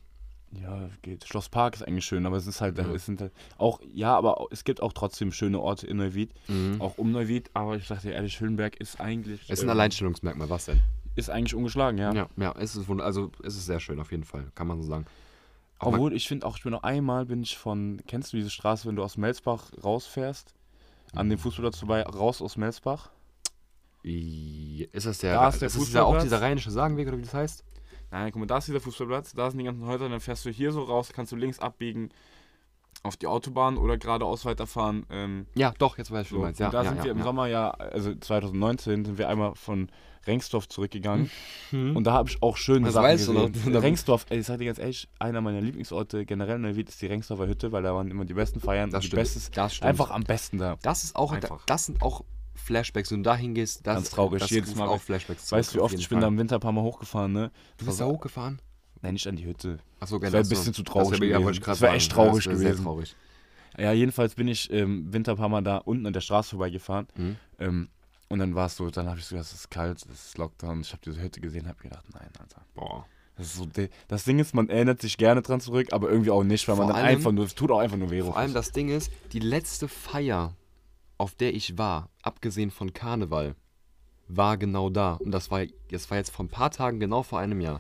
Ja, geht. Schloss Park ist eigentlich schön, aber es ist halt, es sind halt auch, ja, aber au- es gibt auch trotzdem schöne Orte in Neuwied, auch um Neuwied, aber ich sag dir ehrlich, Schönberg ist eigentlich, Es ist ein äh, Alleinstellungsmerkmal, was denn? ist eigentlich ungeschlagen, ja. Ja, ja, es ist wunderbar. Also es ist sehr schön, auf jeden Fall, kann man so sagen. Auch Obwohl, ich finde auch, ich bin noch einmal, bin ich von, kennst du diese Straße, wenn du aus Melsbach rausfährst, an dem Fußballplatz vorbei, raus aus Melsbach? man, I- ist das der, Da ist der das ist ja auch Fußballplatz. dieser rheinische Sagenweg oder wie das heißt? Nein, guck mal, da ist dieser Fußballplatz, da sind die ganzen Häuser, dann fährst du hier so raus, kannst du links abbiegen. auf die Autobahn oder geradeaus weiterfahren. Ähm, Ja, doch, jetzt weiß ich, was so. du meinst. Und Ja, da ja, sind ja, wir im ja. Sommer ja, also 2019 sind wir einmal von Rengsdorf zurückgegangen Mhm. und da habe ich auch schöne Das Sachen weißt du gesehen. noch. Rengsdorf, ey, ich sag dir ganz ehrlich, einer meiner Lieblingsorte generell in Neuwied ist die Rengsdorfer Hütte, weil da waren immer die besten Feiern Das und die stimmt. bestes, Das stimmt. einfach am besten da. Das ist auch, Einfach. das sind auch Flashbacks. Wenn du da hingehst, das Ganz traurig, Das jedes ruft Mal. auch Flashbacks Weißt du, wie zurück, auf oft jeden ich bin da Fall. im Winter ein paar Mal hochgefahren, ne? Du bist da hochgefahren? Nein, nicht an die Hütte. Achso, Das wär ein bisschen zu traurig gewesen. Das wär echt traurig gewesen. traurig. Ja, jedenfalls bin ich ähm, Winter ein paar Mal da unten an der Straße vorbeigefahren. Mhm. Ähm, und dann war es so, dann habe ich so gedacht, es ist kalt, es ist Lockdown. Ich habe diese Hütte gesehen, habe gedacht, nein, Alter. Boah. Das, ist so de- das Ding ist, man erinnert sich gerne dran zurück, aber irgendwie auch nicht, weil Vor man dann allem- einfach nur, es tut auch einfach nur weh. Vor allem das Ding ist, die letzte Feier, auf der ich war, abgesehen von Karneval, war genau da. Und das war, das war jetzt vor ein paar Tagen, genau vor einem Jahr.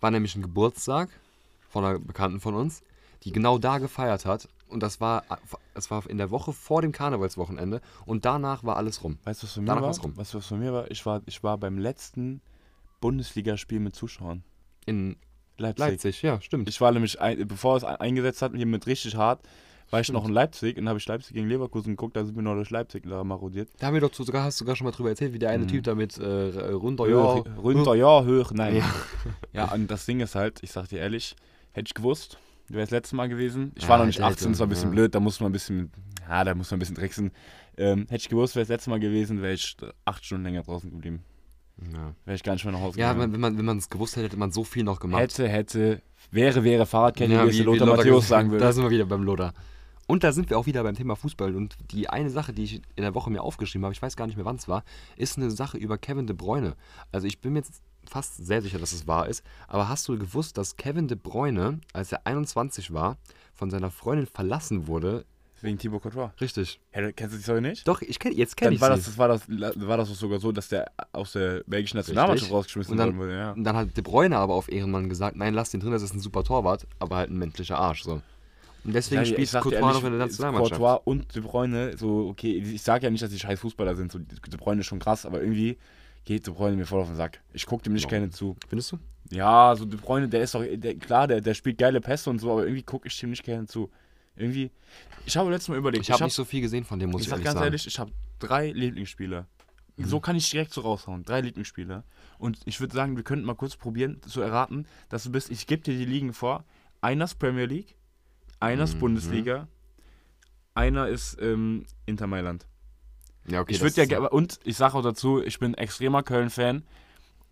War nämlich ein Geburtstag von einer Bekannten von uns, die genau da gefeiert hat. Und das war, das war in der Woche vor dem Karnevalswochenende. Und danach war alles rum. Weißt du, was von mir Danach war's rum. war? Weißt du, was von mir war? Ich war, ich war beim letzten Bundesligaspiel mit Zuschauern. In Leipzig. Leipzig, ja, stimmt. Ich war nämlich, ein, bevor es ein- eingesetzt hat, hier mit richtig hart, war ich noch in Leipzig und habe ich Leipzig gegen Leverkusen geguckt, da sind wir noch durch Leipzig da marodiert. Da haben wir doch zu- sogar, hast du sogar schon mal drüber erzählt, wie der eine Typ da mit äh, runder Höher, Jahr- runter, ja, höher, nein. Ja. Ja. und das Ding ist halt, ich sag dir ehrlich, hätte ich gewusst, wäre das letzte Mal gewesen. Ich Ja, war noch nicht hätte, 18, das war ein bisschen ja. blöd, da muss man ein bisschen, ja, da muss man ein bisschen tricksen. Ähm, hätte ich gewusst, wäre das letzte Mal gewesen, wäre ich acht Stunden länger draußen geblieben. Ja, Wäre ich gar nicht mehr nach Hause ja gegangen. wenn man es gewusst hätte, hätte man so viel noch gemacht. hätte, hätte, wäre, wäre Fahrradkette, Ja, wie es der Lothar Matthäus gesagt- sagen würde. Da sind wir wieder beim Lothar. Und da sind wir auch wieder beim Thema Fußball. Und die eine Sache, die ich in der Woche mir aufgeschrieben habe, ich weiß gar nicht mehr, wann es war, ist eine Sache über Kevin de Bruyne. Also ich bin mir jetzt fast sehr sicher, dass es wahr ist. Aber hast du gewusst, dass Kevin de Bruyne, als er 21 war, von seiner Freundin verlassen wurde? Wegen Thibaut Courtois. Richtig. Hä, kennst du die Story nicht? Doch, ich kenn, jetzt kenne Dann ich war sie. das, das, war das, war das sogar so, dass der aus der belgischen Richtig. Nationalmannschaft rausgeschmissen Und dann- worden wurde. Ja. Und dann hat De Bruyne aber auf Ehrenmann gesagt, nein, lass den drin, das ist ein super Torwart, aber halt ein menschlicher Arsch. So. Und deswegen Ja, ich spielt sag Courtois dir ehrlich, noch in der ist Nationalmannschaft. Courtois und De Bruyne, so, okay, ich sage ja nicht, dass die scheiß Fußballer sind, so, De Bruyne ist schon krass, aber irgendwie geht De Bruyne mir voll auf den Sack. Ich gucke dem nicht Ja. gerne zu. Findest du? Ja, so De Bruyne, der ist doch, der, klar, der, der spielt geile Pässe und so, aber irgendwie gucke ich dem nicht gerne zu. Irgendwie, ich habe letztes Mal überlegt, Ich habe nicht so viel gesehen von dem, muss ich ich, sag ehrlich ganz sagen. Mhm. ehrlich, ich habe drei Lieblingsspieler. So kann ich direkt so raushauen. Drei Lieblingsspieler. Und ich würde sagen, wir könnten mal kurz probieren zu erraten, dass du bist. Ich gebe dir die Ligen vor. Einer ist Premier League, einer Mhm. ist Bundesliga, einer ist ähm, Inter Mailand. Ja, okay, Ich das würde ja ist- gerne. Und ich sage auch dazu, ich bin ein extremer Köln-Fan.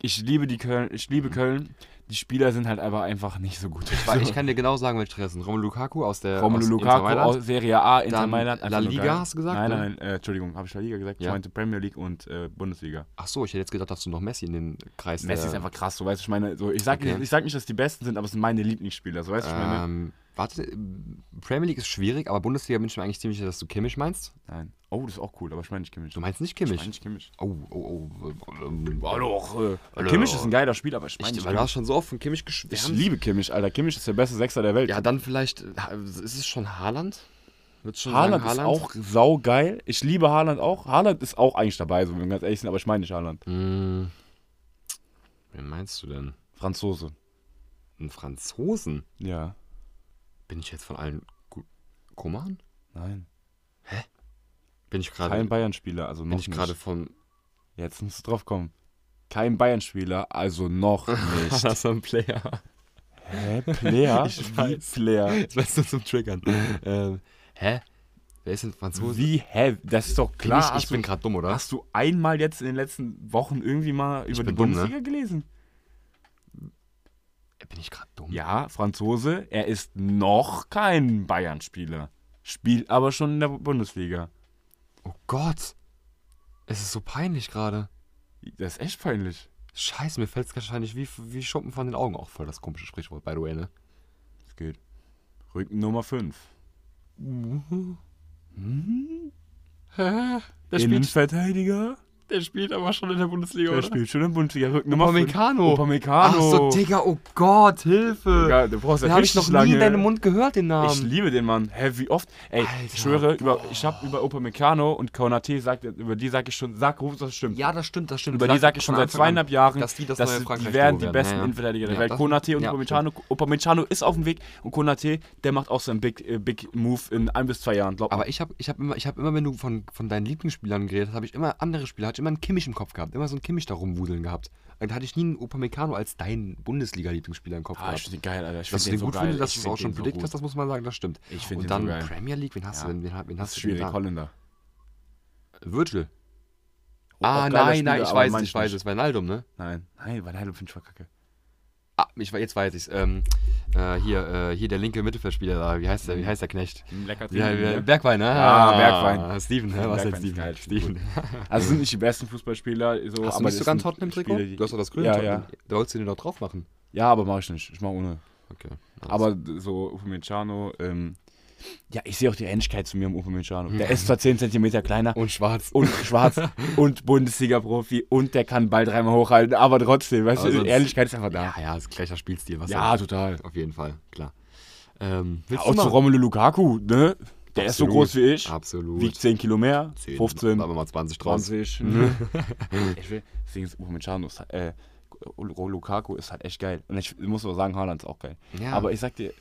Ich liebe die Köln, ich liebe Köln. Die Spieler sind halt aber einfach nicht so gut. Weil Mhm. ich kann dir genau sagen, welche Interessen. Romelu Lukaku aus der Romelu Äh, aus Inter Lukaku Mailand. aus Serie A, Inter Dann Mailand. La einfach nur Liga geil. hast du gesagt, Nein, ne? nein, äh, Entschuldigung, habe ich La Liga gesagt? Ja. Ich meinte Premier League und äh, Bundesliga. Ach so, ich hätte jetzt gedacht, dass du noch Messi in den Kreis Messi ist der- einfach krass, so weißt du, ich meine, so, ich, sag Äh. Okay. nicht, ich sag nicht, dass die Besten sind, aber es sind meine Lieblingsspieler, so weißt du, ich meine. Ähm, warte, äh, Premier League ist schwierig, aber Bundesliga bin ich mir eigentlich ziemlich sicher, dass du Kimmich meinst. Nein. Oh, das ist auch cool, aber ich meine nicht Kimmich. Du meinst nicht ich Kimmich? meine nicht Kimmich. oh, oh, oh. äh, ähm, Hallo, äh, Hallo. Kimmich ist ein geiler Spieler, aber ich meine Ich, nicht weil du Kimmich. hast schon so oft von Kimmich geschwärmt. Ich liebe Kimmich, Alter. Kimmich ist der beste Sechser der Welt. Ja, dann vielleicht, äh, ist es schon Haaland? Würdest du schon Haaland, sagen, ist auch saugeil. Ich liebe Haaland auch. Haaland ist auch eigentlich dabei, so wenn wir ganz ehrlich sind, aber ich meine nicht Haaland. Hm, wen meinst du denn? Franzose. Einen Franzosen? Ja. Bin ich jetzt von allen... Gu- Koman? Nein. Bin ich gerade... Kein Bayern-Spieler, also noch Bin ich nicht. gerade von... Jetzt musst du drauf kommen. Kein Bayern-Spieler, also noch nicht. Das war ein Player. Hä? Player? Ich Wie weiß. Player? Das weißt du zum Triggern. ähm, hä? Wer ist denn Franzose? Wie, hä? Das ist doch Bin ich, klar. ich bin gerade dumm, oder? hast du einmal jetzt in den letzten Wochen irgendwie mal über die bin dumm, ne? Bundesliga gelesen? Äh, Bin ich gerade dumm? Ja, Franzose, er ist noch kein Bayern-Spieler. Spielt aber schon in der Bundesliga. Oh Gott. Es ist so peinlich gerade. Das ist echt peinlich. Scheiße, mir fällt es wahrscheinlich wie, wie Schuppen von den Augen auch voll, das komische Sprichwort, by the way, ne? Es geht. Rücken Nummer 5. Mhm. Hä? Der spielt, Mhm. Innenverteidiger? Der spielt aber schon in der Bundesliga, Der oder? spielt schon in der Bundesliga. Rücken Upamecano. Oh, Ach Upamecano. so, Digga, oh Gott, Hilfe. Ja, du brauchst Den ja habe ich richtig noch nie lange. in deinem Mund gehört, den Ich Namen. liebe den Mann. Hä, wie oft? Ey, Alter, ich schwöre, über, ich habe über Upamecano und Konate sagt, über die sage ich schon, sag, ruf, das stimmt. ja, das stimmt, das stimmt. Über die sage ich schon von seit Anfang an, zweieinhalb Jahren, dass die das neue die Frankreich-Duo werden die werden. besten Ja, ja. Innenverteidiger der Ja, Welt. das- Konate und ja, Upamecano. Upamecano ist auf dem Weg und Konate, der macht auch seinen Big, äh, Big Move in ein bis zwei Jahren, glaub mir. Aber ich habe ich hab immer, ich hab immer, wenn du von, von deinen Lieblingsspielern geredet hast, habe ich immer andere Spieler, hatte ich immer einen Kimmich im Kopf gehabt, immer so einen Kimmich da rumwudeln gehabt. Und da hatte ich nie einen Upamecano als deinen Bundesliga-Lieblingsspieler im Kopf Ah, ich gehabt. finde den geil, Alter. Ich Dass finde du den den so gut geil. findest, dass Ich du es find auch schon den so predickt gut. hast, das muss man sagen, das stimmt. Ich Und finde den dann so geil. Premier League, wen hast Ja. du denn? Wen, ha- wen Das hast ist du denn schwierig, da? Holländer. Oh, Virgil. Auch Ah, geiler nein, Spieler, nein, ich aber weiß es, manch ich weiß nicht. es. Wijnaldum, ne? Nein, nein, weil Heilung finde ich voll kacke. Ah, ich, we- jetzt weiß ich es. Ähm, äh, hier, äh, hier der linke Mittelfeldspieler da. Wie heißt der, wie heißt der Knecht? Mhm. Lecker Wie, wie, Bergwein, ne? Ah, Bergwijn. Steven, ne? Was Bergwijn denn ist Steven? geil, Steven. Also sind nicht die besten Fußballspieler. So, Hast du aber nicht das sogar ein sind Tottenham-Trikot? Spieler, die- Du hast doch das grüne ja, ja. Tottenham. Da wolltest du den doch drauf machen. ja, aber mache ich nicht. Ich mache ohne. Okay. Aber so Upamecano, ähm, ja, ich sehe auch die Ähnlichkeit zu mir im Upamecano. Der ist zwar 10 cm kleiner Und schwarz. und schwarz und Bundesliga-Profi und der kann Ball dreimal hochhalten, aber trotzdem, weißt Aber du, sonst- Ehrlichkeit ist einfach da. Also ja, ja, ist gleicher Spielstil. Was Ja, soll's. total. Auf jeden Fall, klar. Ähm, willst Auch du zu mal- Romelu Lukaku, ne? Der ist so Absolut. groß wie ich, Absolut. wiegt 10 Kilo mehr, 10, 15, Aber mal 20 draus. 20. ne? ich will, deswegen ist Upamecano, ist halt, äh, Lukaku ist halt echt geil. Und ich muss aber sagen, Haaland ist auch geil. Ja. Aber ich sag dir,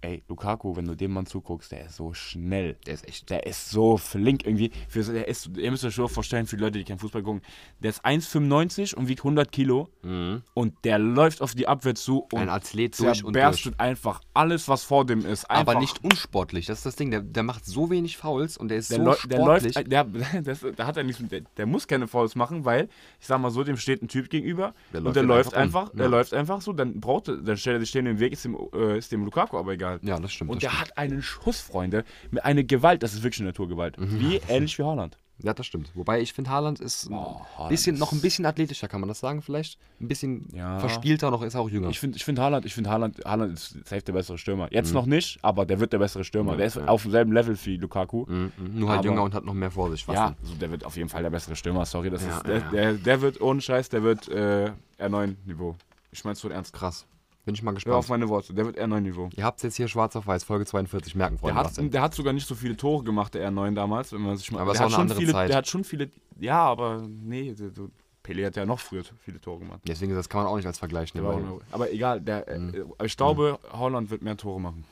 ey, Lukaku, wenn du dem Mann zuguckst, der ist so schnell. Der ist echt. Der ist so flink irgendwie. Für, so- der ist, ihr müsst euch schon vorstellen, für die Leute, die keinen Fußball gucken. Der ist 1,95 und wiegt 100 Kilo. Und der läuft auf die Abwehr zu und Mhm. Ein Athlet durch und durch. zerberstet einfach alles, was vor dem ist. Einfach, Aber nicht unsportlich, das ist das Ding. Der, der macht so wenig Fouls und der ist Der, so läu- sportlich. der läuft, der, das, da hat er nicht, der, der muss keine Fouls machen, weil, ich sag mal so, dem steht ein Typ gegenüber Der und läuft der ihn einfach läuft um. einfach, der Ja. läuft einfach so, dann braucht er, dann stellt er sich stehen im Weg, ist dem, äh, ist dem Lukaku aber egal. ja, das stimmt. Und das der hat einen Schuss, Freunde, mit einer Gewalt, das ist wirklich eine Naturgewalt. Mhm. Wie ähnlich wie Holland. Ja, das stimmt. Wobei ich finde, Haaland ist Oh, ein Haaland bisschen, ist- noch ein bisschen athletischer, kann man das sagen vielleicht? Ein bisschen Ja. verspielter, noch ist er auch jünger. Ich finde ich find Haaland, ich find Haaland, Haaland ist safe der bessere Stürmer. Mhm. Jetzt noch nicht, aber der wird der bessere Stürmer. der ist auf demselben Level wie Lukaku. Mhm, mhm. Nur halt Aber- jünger und hat noch mehr vor sich. was Ja, denn? also der wird auf jeden Fall der bessere Stürmer. Sorry, das Ja, ist, ja, der, ja. Der, der wird ohne Scheiß, der wird äh, R9-Niveau. Ich mein's wohl ernst. Krass. Bin ich mal Hör auf gespannt. meine Worte, der wird R9-Niveau. Ihr habt es jetzt hier schwarz auf weiß, Folge 42, merken, Der Freunde. was hat, denn? der hat sogar nicht so viele Tore gemacht, der R9 damals, wenn man sich mal. Aber es der war hat eine schon andere viele, Zeit. Der hat schon viele. Ja, aber nee, der, der, Pele hat ja noch früher viele Tore gemacht. Deswegen, das kann man auch nicht als Vergleich Der nehmen. war weil- auch noch- aber egal, der, äh, Mhm. äh, ich glaube, Holland wird mehr Tore machen,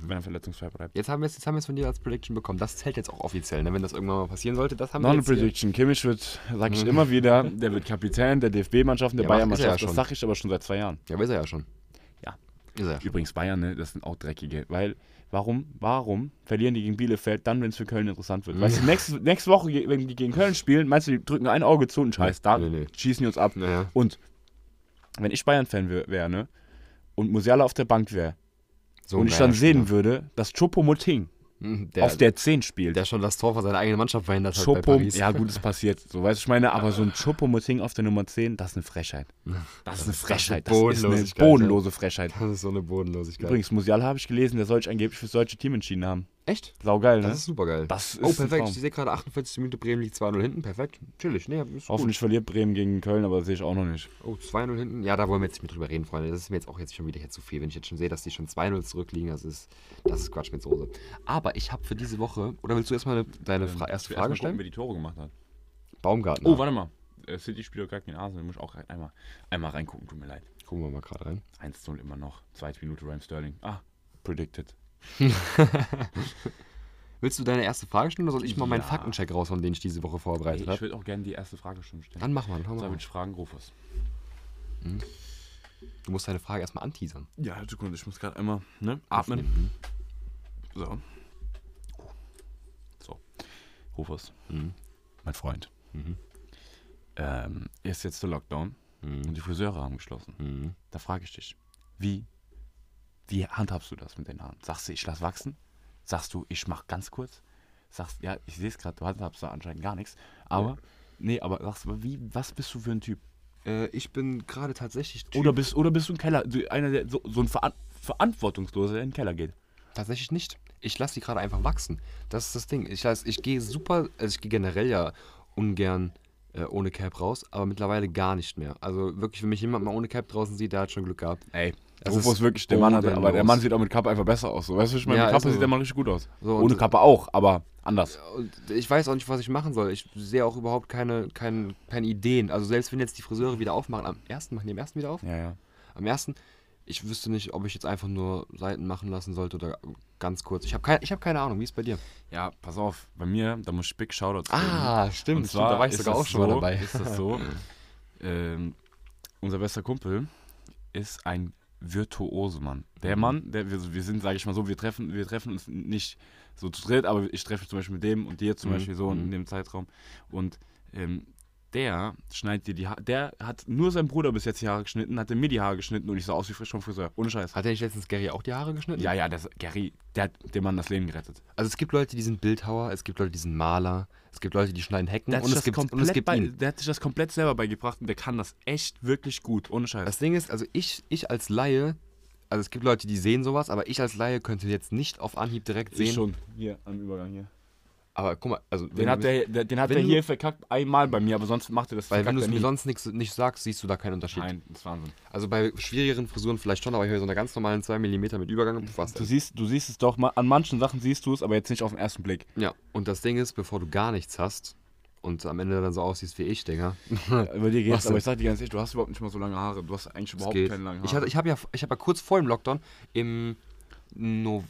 wenn er verletzungsfrei bleibt. Jetzt haben wir es jetzt haben wir's von dir als Prediction bekommen. Das zählt jetzt auch offiziell, ne? wenn das irgendwann mal passieren sollte. Das haben Noch wir eine jetzt hier. Prediction. Kimmich wird, sag ich immer wieder, der wird Kapitän der DFB-Mannschaft, der Ja, aber ist er ja Bayern-Mannschaft. schon. das sag ich aber schon seit zwei Jahren. Ja, aber ist er ja schon. Ja. Ist er ja schon. Übrigens Bayern, ne, das sind auch dreckige. Weil, warum, warum verlieren die gegen Bielefeld dann, wenn es für Köln interessant wird? Weißt du, nächste, nächste Woche, ge- wenn die gegen Köln spielen, meinst du, die drücken ein Auge zu und scheiß, da Nee, nee. schießen die uns ab. Naja. Und wenn ich Bayern-Fan wäre, wär, ne, und Musiala auf der Bank wäre So ein und ich geiler dann sehen Spieler. würde, dass Chopomoting Mhm, auf der 10 spielt. der schon das Tor von seiner eigenen Mannschaft verhindert hat bei Chopo, Paris. ja gut, es passiert. So, weißt du, ich meine, aber so ein Chopomoting auf der Nummer 10, das ist eine Frechheit. Das ist eine Frechheit. Das ist eine Bodenlosigkeit, ja. bodenlose Frechheit. Das ist so eine Bodenlosigkeit. Übrigens, Musial habe ich gelesen, der soll sich angeblich fürs deutsche Team entschieden haben. Echt? Saugeil, Das ne? ist super geil. Das ist oh, ein perfekt. Traum. Ich sehe gerade 48 Minuten Bremen liegt 2-0 hinten. Perfekt. Chillig. Nee, ist gut. Hoffentlich verliert Bremen gegen Köln, aber das sehe ich auch noch nicht. Oh, 2-0 hinten. Ja, da wollen wir jetzt nicht mehr drüber reden, Freunde. Das ist mir jetzt auch jetzt schon wieder hier zu viel. Wenn ich jetzt schon sehe, dass die schon 2-0 zurückliegen, das ist, das ist Quatsch mit Soße. Aber ich habe für diese Woche, oder willst du erstmal eine, deine Ähm, Fra erste Frage stellen? die Tore gemacht hat. Baumgarten. Ah, Oh, warte mal. Äh, City spielt doch gerade gegen Arsenal. Muss ich auch rein- einmal, einmal reingucken, tut mir leid. Gucken wir mal gerade rein. 1-0 immer noch. Zweite Minute Ryan Sterling. Ah, predicted. Willst du deine erste Frage stellen oder soll ich mal meinen Ja. Faktencheck raushauen, den ich diese Woche vorbereitet habe? würde auch gerne die erste Frage schon stellen. Dann mach mal, dann mach Soll mal. ich fragen, Rufus? Du musst deine Frage erstmal anteasern. Ja, halt, Sekunde, ich muss gerade einmal ne, Aufnehmen. So. Oh. So. Rufus, mein Freund. hm. Ähm, ist jetzt der Lockdown und die Friseure haben geschlossen. Da frage ich dich, wie, wie handhabst du das mit den Haaren? Sagst du, ich lass wachsen? Sagst du, ich mach ganz kurz? Sagst ja, ich sehe es gerade, du handhabst da anscheinend gar nichts. Aber, nee, aber sagst du, wie, was bist du für ein Typ? Äh, ich bin gerade tatsächlich Typ. Oder bist, oder bist du ein Keller, so einer, der so, so ein Veran Verantwortungsloser, der in den Keller geht? Tatsächlich nicht. Ich lasse die gerade einfach wachsen. Das ist das Ding. Ich, lass- ich gehe super, also ich gehe generell ja ungern äh, ohne Cap raus, aber mittlerweile gar nicht mehr. Also wirklich, wenn mich jemand mal ohne Cap draußen sieht, der hat schon Glück gehabt. Ey, Das Rufus ist Also wirklich, der Mann hat, aber der bodenlos. Mann sieht auch mit Kappe einfach besser aus. So. Weißt du, was ich meine, Ja, mit ist Kappe so. sieht der Mann richtig gut aus. So, und- Ohne Kappe auch, aber anders. Und ich weiß auch nicht, was ich machen soll. Ich sehe auch überhaupt keine, keine, keine Ideen. Also selbst wenn jetzt die Friseure wieder aufmachen, am ersten machen die am ersten wieder auf? Ja, ja. Am ersten, ich wüsste nicht, ob ich jetzt einfach nur Seiten machen lassen sollte oder ganz kurz. Ich habe kein, ich hab keine Ahnung, wie ist es bei dir? Ja, pass auf, bei mir, da muss ich Big Shoutouts Ah, stimmt. Und zwar da war ich ist sogar es auch schon mal so, dabei. Ist das so? ähm, unser bester Kumpel ist ein virtuose Mann. Der Mhm. Mann, der, wir, wir sind, sage ich mal so, wir treffen, wir treffen uns nicht so zu dritt, aber ich treffe mich zum Beispiel mit dem und dir zum Mhm. Beispiel so in Mhm. dem Zeitraum. Und ähm, der schneidet dir die Haare. Der hat nur sein Bruder bis jetzt die Haare geschnitten, hat mir die Haare geschnitten und ich sah aus wie frisch vom Friseur. Ohne Scheiß. Hat der nicht letztens Gary auch die Haare geschnitten? Ja, ja, das, Gary, der hat dem Mann das Leben gerettet. Also es gibt Leute, die sind Bildhauer, es gibt Leute, die sind Maler, es gibt Leute, die schneiden Hecken Der hat, und sich es, das gibt, komplett und es gibt bei, ihn. der hat sich das komplett selber beigebracht und der kann das echt wirklich gut. Ohne Scheiß. Das Ding ist, also ich, ich als Laie, also es gibt Leute, die sehen sowas, aber ich als Laie könnte jetzt nicht auf Anhieb direkt sehen. Ich schon. Hier, am Übergang hier. Aber guck mal, also Den hat, der, der, den hat wenn der du- hier verkackt einmal bei mir, aber sonst macht er das weil wenn verkackt du es er mir nie. sonst nichts nicht sagst, siehst du da keinen Unterschied. Nein, das ist Wahnsinn. Also bei schwierigeren Frisuren vielleicht schon, aber hier so einer ganz normalen 2 mm mit Übergang fast. Du siehst, du siehst es doch, ma- an manchen Sachen siehst du es, aber jetzt nicht auf den ersten Blick. Ja, und das Ding ist, bevor du gar nichts hast und am Ende dann so aussiehst wie ich, Digga, Über dir Hm. Was geht's, denn? aber ich sag dir ganz ehrlich, du hast überhaupt nicht mal so lange Haare. Du hast eigentlich es überhaupt geht. keine langen Haare. Ich, hatte- ich habe ja, ich hab ja kurz vor dem Lockdown, im Nove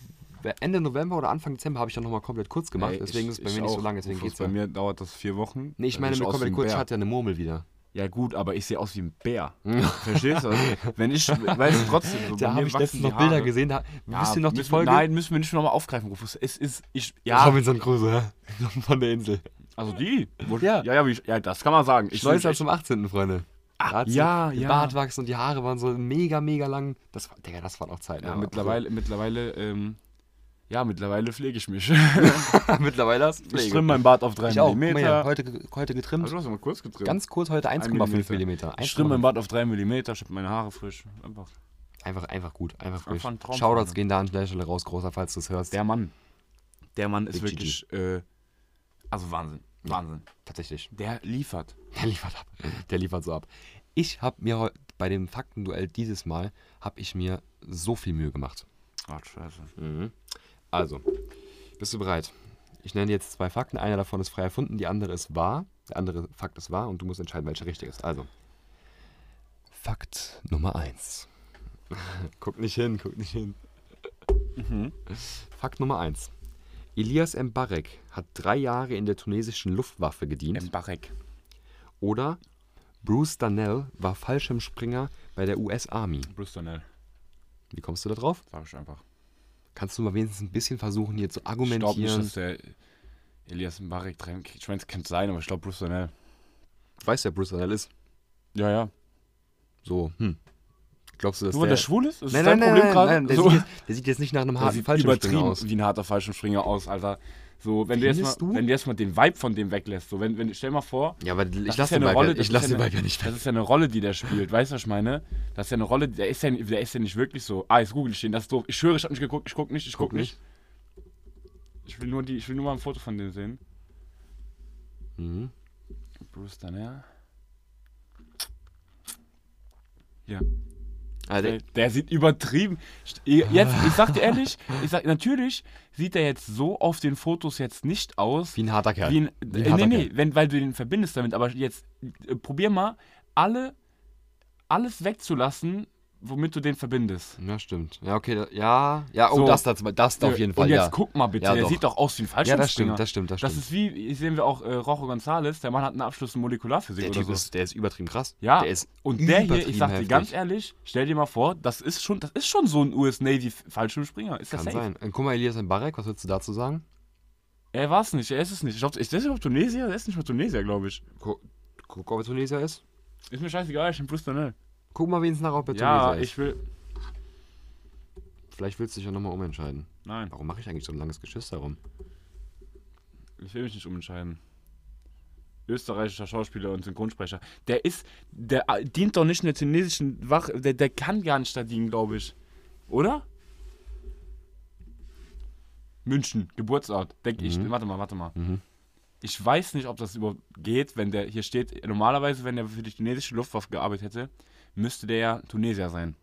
Ende November oder Anfang Dezember habe ich dann nochmal komplett kurz gemacht, Ey, deswegen ist es bei ich mir nicht so auch. lange, deswegen Rufus, geht's Bei ja. mir dauert das vier Wochen. Nee, ich Da meine seh mit aus wie komplett ein kurz, ich Bär. hatte ja eine Murmel wieder. Ja gut, aber ich sehe aus wie ein Bär. Verstehst du? Also, Wenn ich, weißt du, trotzdem, so bei Da mir habe ich wachsen letztens die noch Bilder Haare. gesehen, da, Ja, wisst ihr noch die müssen wir- Folge? Nein, müssen wir nicht nochmal aufgreifen, Rufus. Es ist, ich, ja, Robinson Crusoe hä? von der Insel. also die. Wo- Ja. ja, ja, wie- ja, das kann man sagen. Ich, Neues ab zum 18. um Freunde. Da hat sie Ah, ja, den ja. Bart wachsen und die Haare waren so mega, mega lang. Das war, Digga, das war noch Zeit. ne? Also, Ja, mittlerweile, mittlerweile, ähm, ja, mittlerweile pflege ich mich. mittlerweile hast du Ich Pflege. trimme mein Bart auf 3 Ich auch. Guck mm. mal hier, heute, ge- heute getrimmt. also, du hast mal kurz getrimmt. Ganz kurz heute Ein 1,5 Millimeter. mm. ich trimme mein Bart auf 3 mm, schippe meine Haare frisch. Einfach. Einfach, einfach gut, einfach frisch. Einfach ein Traum. Shoutouts gehen da an der Stelle raus, großer, falls du es hörst. Der Mann. Der Mann ist Big wirklich, äh, also Wahnsinn. Wahnsinn. Tatsächlich. Der liefert. Der liefert ab. Der liefert so ab. Ich habe mir heu- bei dem Faktenduell dieses Mal, habe ich mir so viel Mühe gemacht. Ach, scheiße. Also, bist du bereit? Ich nenne jetzt zwei Fakten. Einer davon ist frei erfunden, die andere ist wahr. Der andere Fakt ist wahr und du musst entscheiden, welcher richtig ist. Also, Fakt Nummer 1. guck nicht hin, guck nicht hin. Fakt Nummer 1. Elias Mbarek hat drei Jahre in der tunesischen Luftwaffe gedient. Mbarek. Oder Bruce Danell war Fallschirmspringer bei der US Army. Bruce Donnell. Wie kommst du da drauf? Sag ich einfach. Kannst du mal wenigstens ein bisschen versuchen, hier zu Ich glaube nicht, argumentieren? dass der Elias Mbarek dran Ich meine, es könnte sein, aber ich glaube Bruce Donnell. Ich weiß, wer Bruce Danell ist. Ja, ja. So, hm. Glaubst du, dass Nur weil der schwul ist? Ist nein, das dein nein, Problem nein, gerade? nein, der, So. sieht jetzt, der sieht jetzt nicht nach einem Der harten sieht Fallschirmspringer übertrieben aus. wie ein harter Fallschirmspringer aus, Alter. So, wenn du, jetzt mal, Findest du? wenn du jetzt mal den Vibe von dem weglässt, so, wenn, wenn, stell mal vor, Ja, aber ich das lasse ist ja den eine Vibe Rolle, ja- das ich ist lass ja den eine- Vibe ja nicht weg. Das ist ja eine Rolle, die der spielt, weißt du, was ich meine? Das ist ja eine Rolle, der ist ja, der ist ja nicht wirklich so, ah, jetzt google ich den, das ist doof. Ich schwöre, ich hab nicht geguckt, ich guck nicht, ich guck, Guck nicht. Ich will, nur die, ich will nur mal ein Foto von dem sehen. Mhm. Bruce Danner. Ja. Ah, Der, der, der sieht übertrieben. St- Jetzt, ich sag dir ehrlich, ich sag, natürlich sieht er jetzt so auf den Fotos jetzt nicht aus. wie ein harter Kerl. Wie ein, Wie ein äh, harter nee, nee, wenn, weil du den verbindest damit. Aber jetzt äh, probier mal, alle, alles wegzulassen, womit du den verbindest. Kerl. Ja, stimmt. Ja, okay. Da, ja, ja, oh, So. das, das, das auf jeden Fall, Und jetzt ja. guck mal bitte, Ja, der doch. sieht doch aus wie ein Ja, Fallschirmspringer. das stimmt, das stimmt, das stimmt. Das ist wie, hier sehen wir auch äh, Rojo González, der Mann hat einen Abschluss in Molekularphysik der oder Typ so. ist, der ist übertrieben krass. Ja, der ist und der hier, ich übertrieben sag dir heftig. ganz ehrlich, stell dir mal vor, das ist schon, das ist schon so ein US Navy Fallschirmspringer. Ist das Kann safe? sein. Und guck mal, Elias Mbarek, was würdest du dazu sagen? Er war es nicht, er ist es nicht. Ich glaub, ist das überhaupt Tunesier? Der ist nicht mal Tunesier, glaube ich. Guck, guck ob er Tunesier ist. Ist mir scheißegal, ich bin Bruce Donnell. Guck mal, wen es nachher ob er Ja, Tunesier ist. ich will. Vielleicht willst du dich ja nochmal umentscheiden. Nein, Warum mache ich eigentlich so ein langes Geschiss darum? ich will mich nicht umentscheiden. Österreichischer Schauspieler und Synchronsprecher. Der ist, der äh, dient doch nicht in der tunesischen Wache, der, der kann gar nicht da dienen, glaube ich. Oder? München, Geburtsort. Denk ich. Warte mal, warte mal. ich weiß nicht, ob das überhaupt geht, wenn der hier steht, normalerweise, wenn der für die tunesische Luftwaffe gearbeitet hätte, müsste der ja Tunesier sein,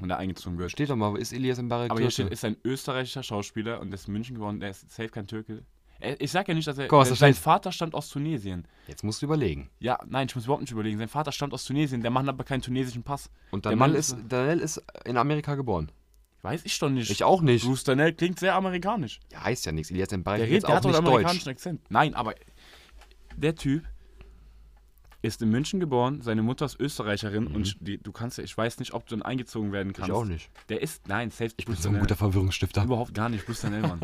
wenn er eingezogen wird. Steht doch mal, ist Elias Mbarek Aber hier steht, Türke? ist ein österreichischer Schauspieler und der ist in München geworden, der ist safe kein Türke. Er- Ich sag ja nicht, dass er. Guck mal, was der, da sein steht. Vater stammt aus Tunesien. Jetzt musst du überlegen. Ja, nein, ich muss überhaupt nicht überlegen. Sein Vater stammt aus Tunesien, der Mann hat aber keinen tunesischen Pass. Und Der Danell, Mann ist, ist- Danell ist in Amerika geboren. Weiß ich doch nicht. Ich auch nicht. Bruce Danell klingt sehr amerikanisch. Ja, heißt ja nichts. Elias Mbarek Der ist redet jetzt der auch hat doch nicht einen deutsch. amerikanischen Akzent. Nein, aber der Typ ist in München geboren, seine Mutter ist Österreicherin und die, du kannst ja, ich weiß nicht, ob du dann eingezogen werden kannst. Mhm. Ich auch nicht. Der ist, nein, safe Ich bin so ein guter Verwirrungsstifter. Überhaupt gar nicht, Bruce Danell, Mann.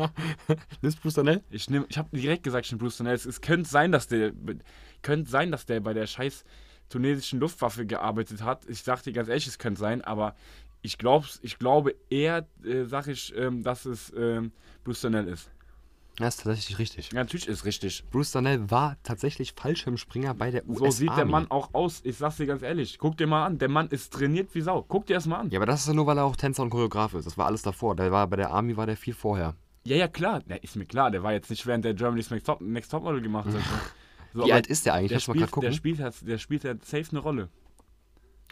Ist Bruce Danell? Ich, nehm- ich habe direkt gesagt, ich nehm Bruce Donnell. Es, es könnte sein, dass der könnte sein, dass der bei der scheiß tunesischen Luftwaffe gearbeitet hat. Ich sag dir ganz ehrlich, es könnte sein, aber ich glaub's, ich glaube eher, äh, sag ich, ähm, dass es ähm, Bruce Donnell ist. Das ist tatsächlich richtig. Ja, natürlich ist richtig. Bruce Danell war tatsächlich Fallschirmspringer bei der US So sieht der Army. Mann auch aus. Ich sag's dir ganz ehrlich. Guck dir mal an. Der Mann ist trainiert wie Sau. Guck dir das mal an. Ja, aber das ist ja nur, weil er auch Tänzer und Choreograf ist. Das war alles davor. Der war bei der Army war der viel vorher. Ja, ja, klar. Na, ist mir klar. Der war jetzt nicht während der Germany's Next, Top, Next Topmodel gemacht hat. So, Wie aber alt ist der eigentlich? der Lass mal gerade spielt, der, gucken. spielt, halt- der spielt halt safe eine Rolle.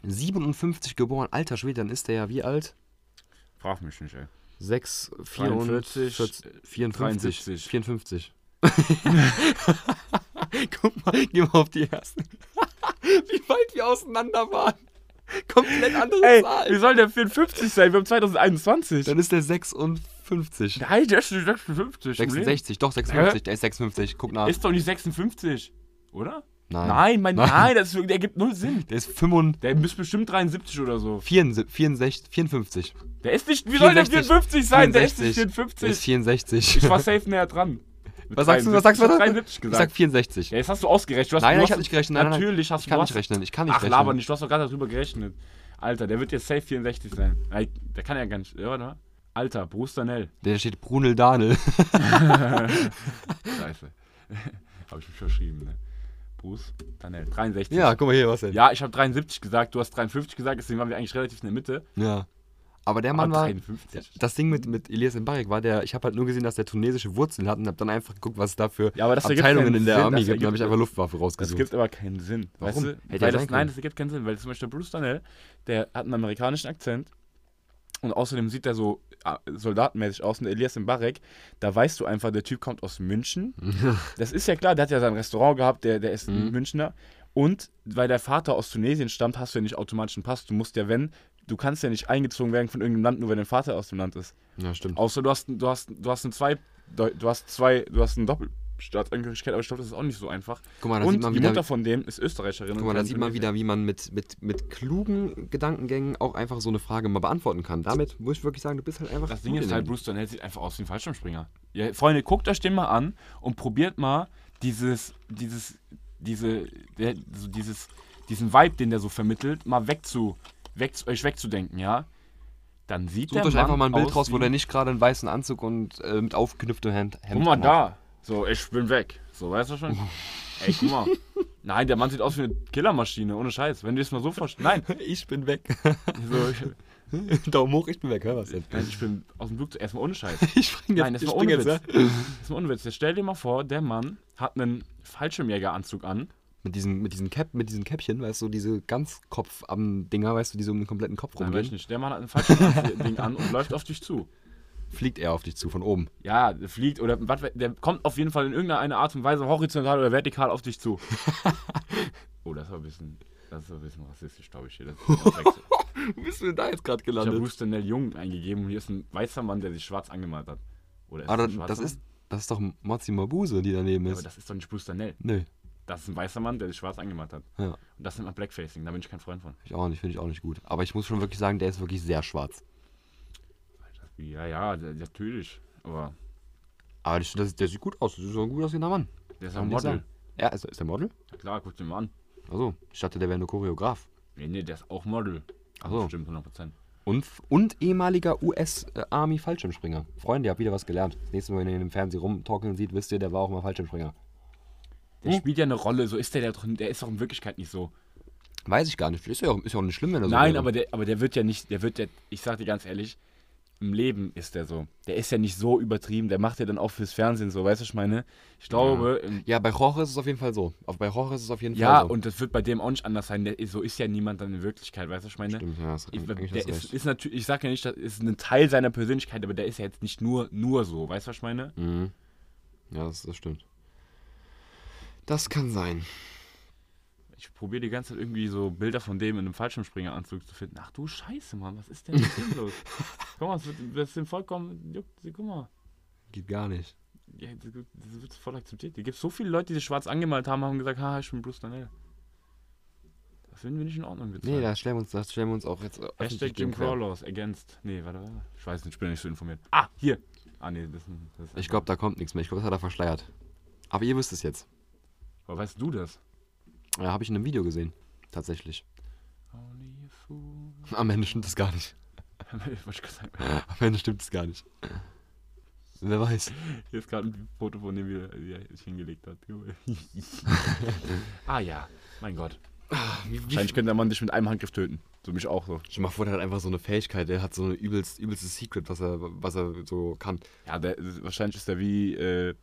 57 geboren, alter Schwede, dann ist der ja wie alt? Frag mich nicht, ey. 6, 43, 44, äh, 54. 73. 54. Guck mal, geh mal auf die ersten. wie weit wir auseinander waren. Komplett andere Ey, wie Zahlen. soll der 54 sein? Wir haben 2021. Dann ist der 56. Nein, der ist schon 56. im Leben. 66, doch 56, der ist 56. Guck nach. Ist doch nicht 56, oder? Nein. Nein, mein, Nein. nein. das ist, der gibt null Sinn. Der ist 55. Der ist bestimmt 73 oder so. 64, 54. Der ist nicht, wie soll der 64? 54 sein? Der ist nicht 64. Der ist 54. 64. Ich war safe näher dran. Mit was sagst du, was sagst 73. du? Ich hab was sagst du? 73 gesagt. Ich sag 64. ja, jetzt hast du ausgerechnet. Du hast, Nein, nein, du hast, ich hab nicht gerechnet. Nein, nein, natürlich nein. hast Ich du... kann du nicht hast- rechnen, ich kann nicht Ach, rechnen. laber nicht. Du hast doch gerade darüber gerechnet. Alter, der wird jetzt safe 64 sein. Nein, der kann ja gar nicht, oder? Alter, Bruce Danell. Der steht Brunel Danel. Scheiße. habe ich mich verschrieben, ne? Bruce, Daniel, 63. Ja, guck mal hier, was denn? Ja, ich habe 73 gesagt, du hast 53 gesagt, deswegen waren wir eigentlich relativ in der Mitte. Ja. Aber der Mann Aber war. 53. Das Ding mit, mit Elias Mbarek war der, ich habe halt nur gesehen, dass der tunesische Wurzeln hat und habe dann einfach geguckt, was es da für Ja, aber das ergibt Abteilungen keinen in der Sinn, Armee das gibt. Dann habe ich ergibt- einfach Luftwaffe Das rausgesucht. gibt aber keinen Sinn. Also, Warum? Weißt du? Hätte ja weil sein das, können. nein, das ergibt keinen Sinn, weil zum Beispiel Bruce Daniel, der hat einen amerikanischen Akzent und außerdem sieht er so äh, soldatenmäßig aus und Elias Mbarek, da weißt du einfach, der Typ kommt aus München. das ist ja klar, der hat ja sein Restaurant gehabt, der, der ist Mhm. ein Münchner. Und weil der Vater aus Tunesien stammt, hast du ja nicht automatisch einen Pass. Du musst ja, wenn, du kannst ja nicht eingezogen werden von irgendeinem Land, nur weil dein Vater aus dem Land ist. ja, stimmt. Außer du hast, du hast, du hast ein zwei, du hast zwei, du hast eine Doppelstaatsangehörigkeit, aber ich glaube, das ist auch nicht so einfach. Guck mal, da und sieht man die wieder- Mutter von dem ist Österreicherin. Guck mal, da sieht man wieder, wie man mit, mit, mit klugen Gedankengängen auch einfach so eine Frage mal beantworten kann. Damit muss ich wirklich sagen, du bist halt einfach. Das gut Ding in ist dem halt, Bruce Donnell sieht einfach aus wie ein Fallschirmspringer. Ja, Freunde, guckt euch den mal an und probiert mal dieses, dieses, diese, der, so dieses, diesen Vibe, den der so vermittelt, mal wegzu, weg, euch wegzudenken, ja? Dann sieht Sucht der euch Mann einfach mal ein Bild aus raus, wo wie- der nicht gerade einen weißen Anzug und äh, mit aufgeknüpftem Hemd. Guck Hemd mal hat. da. So, ich bin weg. So, weißt du schon? Ey, guck mal. Nein, der Mann sieht aus wie eine Killermaschine, ohne Scheiß. Wenn du es mal so vorstellst. Nein. Ich bin weg. So, ich, Daumen hoch, ich bin weg. Hör was denn? nein, ich bin aus dem Flugzeug. Erstmal ohne Scheiß. Ich spring jetzt. Nein, das ich war spring ohne Witz. jetzt, Das ja? war ohne Witz. Jetzt Stell dir mal vor, der Mann hat einen Fallschirmjägeranzug an. Mit diesen, mit, diesen Cap, mit diesen Käppchen, weißt du, diese Ganzkopf am Dinger, weißt du, die so um den kompletten Kopf Nein, weiß ich rumgehen, nicht. Der Mann hat ein Fallschirmding an und läuft auf dich zu. fliegt er auf dich zu von oben. Ja, der fliegt oder was, we- der kommt auf jeden Fall in irgendeiner Art und Weise horizontal oder vertikal auf dich zu. oh, das war ein bisschen, das war ein bisschen rassistisch, glaube ich. Hier. Das ist ein Wechsel. Wo bist du denn da jetzt gerade Ich habe Bruce Daniel Jung eingegeben und hier ist ein weißer Mann, der sich schwarz angemalt hat. Oder ist Ah, ein dann, schwarzer das, ist, Mann? das ist doch Mozi Mabuse, die daneben Ja, Aber ist. das ist doch nicht Bruce Daniel. Nö, Das ist ein weißer Mann, der sich schwarz angemalt hat. ja, Und das nennt man Blackfacing. Da bin ich kein Freund von. ich auch nicht, finde ich auch nicht gut. Aber ich muss schon wirklich sagen, der ist wirklich sehr schwarz. Ja, ja, der- natürlich. Aber Aber das, das, der sieht gut aus, das ist so ein gut aussehender Mann. der ist Kann ein man nicht Model. sagen. Ja, ist, ist der Model? Ja, klar, guck dir mal an. Achso, ich dachte, der wäre nur Choreograf. Nee, nee, der ist auch Model. Ach so. Stimmt, 100%. Und, und ehemaliger US-Army-Fallschirmspringer. Freunde, ihr habt wieder was gelernt. Das nächste Mal, wenn ihr ihn im Fernsehen rumtorkeln sieht, wisst ihr, der war auch mal Fallschirmspringer. Der Hm? spielt ja eine Rolle, so ist der, der, doch- der ist doch in Wirklichkeit nicht so. Weiß ich gar nicht. Ist ja auch, ist ja auch nicht schlimm, wenn er so Nein, wäre. aber der, aber der wird ja nicht, der wird ja, ich sag dir ganz ehrlich, im Leben ist der so. Der ist ja nicht so übertrieben, der macht ja dann auch fürs Fernsehen so, weißt du, was ich meine? Ich glaube, im- Ja, bei Roche ist es auf jeden Fall so. Auf- Bei Roche ist es auf jeden ja, Fall so. und das wird bei dem auch nicht anders sein. Der, so ist ja niemand dann in Wirklichkeit, weißt du, was ich meine? Stimmt, ja, hast- Ich, eigentlich der hast du ist, recht. ist natürlich, ich sag ja nicht, das ist ein Teil seiner Persönlichkeit, aber der ist ja jetzt nicht nur, nur so, weißt du, was ich meine? Mhm. Ja, das, das stimmt. Das kann sein. Ich probiere die ganze Zeit irgendwie so Bilder von dem in einem Fallschirmspringeranzug zu finden. Ach du Scheiße, Mann, was ist denn mit dem los? Guck mal, das, wird, das sind vollkommen, juckt sie, guck mal. Geht gar nicht. Ja, das, das wird voll akzeptiert. Hier gibt so viele Leute, die sich schwarz angemalt haben, haben gesagt, haha, ich bin Bruce Danell. Das finden wir nicht in Ordnung. wir Nee, zwei. da stellen wir uns, da stellen wir uns auch jetzt. Hashtag Jim Crow Laws ergänzt. Nee, warte, warte. Ich weiß nicht, ich bin nicht so informiert. Ah, hier. Ah, nee, das, ist ein- das ist Ich ein- glaube, da kommt nichts mehr. Ich glaube, das hat er verschleiert. Aber ihr wisst es jetzt. Aber weißt du das? Ja, habe ich in einem Video gesehen. Tatsächlich. Only a fool. Am Ende stimmt es gar nicht. Wollte ich grad sagen. Am Ende stimmt es gar nicht. Wer weiß. Hier ist gerade ein Foto von dem, wie er- wie er sich hingelegt hat. ah ja, mein Gott. Wahrscheinlich könnte der Mann dich mit einem Handgriff töten. So mich auch so. Stell mal vor, der hat einfach so eine Fähigkeit. Der hat so ein übelst, übelstes Secret, was er, was er so kann. Ja, der, wahrscheinlich ist der wie, äh,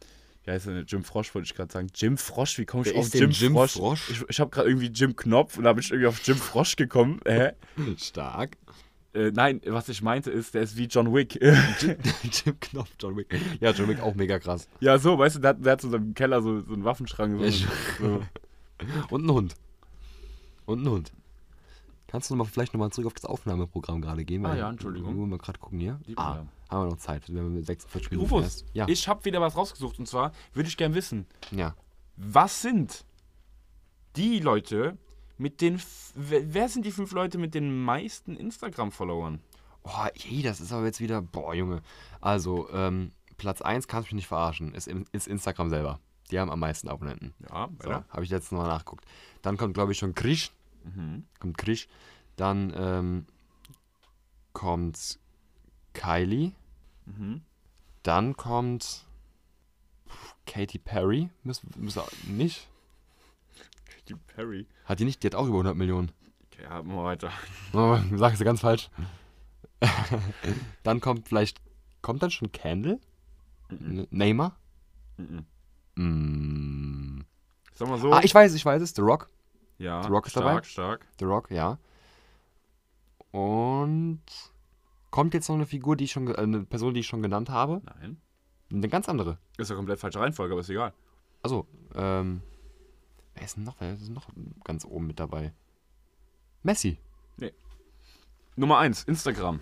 wie heißt der, Jim Frosch, wollte ich gerade sagen. Jim Frosch, wie komme ich Wer auf ist denn Jim, Jim Frosch? Frosch? Ich, ich habe gerade irgendwie Jim Knopf und da bin ich irgendwie auf Jim Frosch gekommen. Hä? Stark. Äh, nein, was ich meinte ist, der ist wie John Wick. Jim, Jim Knopf, John Wick. Ja, John Wick auch mega krass. ja, so, weißt du, der, hat- der hat so in seinem Keller so, so einen Waffenschrank. So, Ja, ich- so. Und ein Hund. Und ein Hund. Kannst du noch mal, vielleicht nochmal zurück auf das Aufnahmeprogramm gerade gehen? Ah ja, Entschuldigung. Wir wollen mal gerade gucken hier. Lieb Ah, mir. haben wir noch Zeit, wenn wir mit 46 Minuten Rufus, erst- Ja, ich habe wieder was rausgesucht und zwar würde ich gern wissen, ja. was sind die Leute mit den. f- Wer wer sind die fünf Leute mit den meisten Instagram-Followern? Oh, je, das ist aber jetzt wieder. Boah, Junge. Also, ähm, Platz 1 kannst du mich nicht verarschen. Ist, im- ist Instagram selber. Die haben am meisten Abonnenten. Ja, So, habe ich letztens mal nachguckt. Dann kommt, glaube ich, schon Krisch. Kommt Krisch. Dann ähm, kommt Kylie. Dann kommt Puh, Katy Perry. Müssen, müssen nicht. Die Perry. Hat die nicht? Die hat auch über 100 Millionen. Okay, ja, mal weiter. Oh, sagst du ganz falsch. dann kommt vielleicht. Kommt dann schon Candle? Ne- Neymar? Mm. Sag mal so. Ah, ich weiß, ich weiß es. The Rock. ja, The Rock ist stark, dabei. stark. The Rock, ja. Und kommt jetzt noch eine Figur, die ich schon, ge- äh, eine Person, die ich schon genannt habe, Nein. eine ganz andere. Ist ja komplett falsche Reihenfolge, aber ist egal. Also, ähm, wer ist denn noch, wer ist denn noch ganz oben mit dabei? Messi. Nummer 1, Instagram.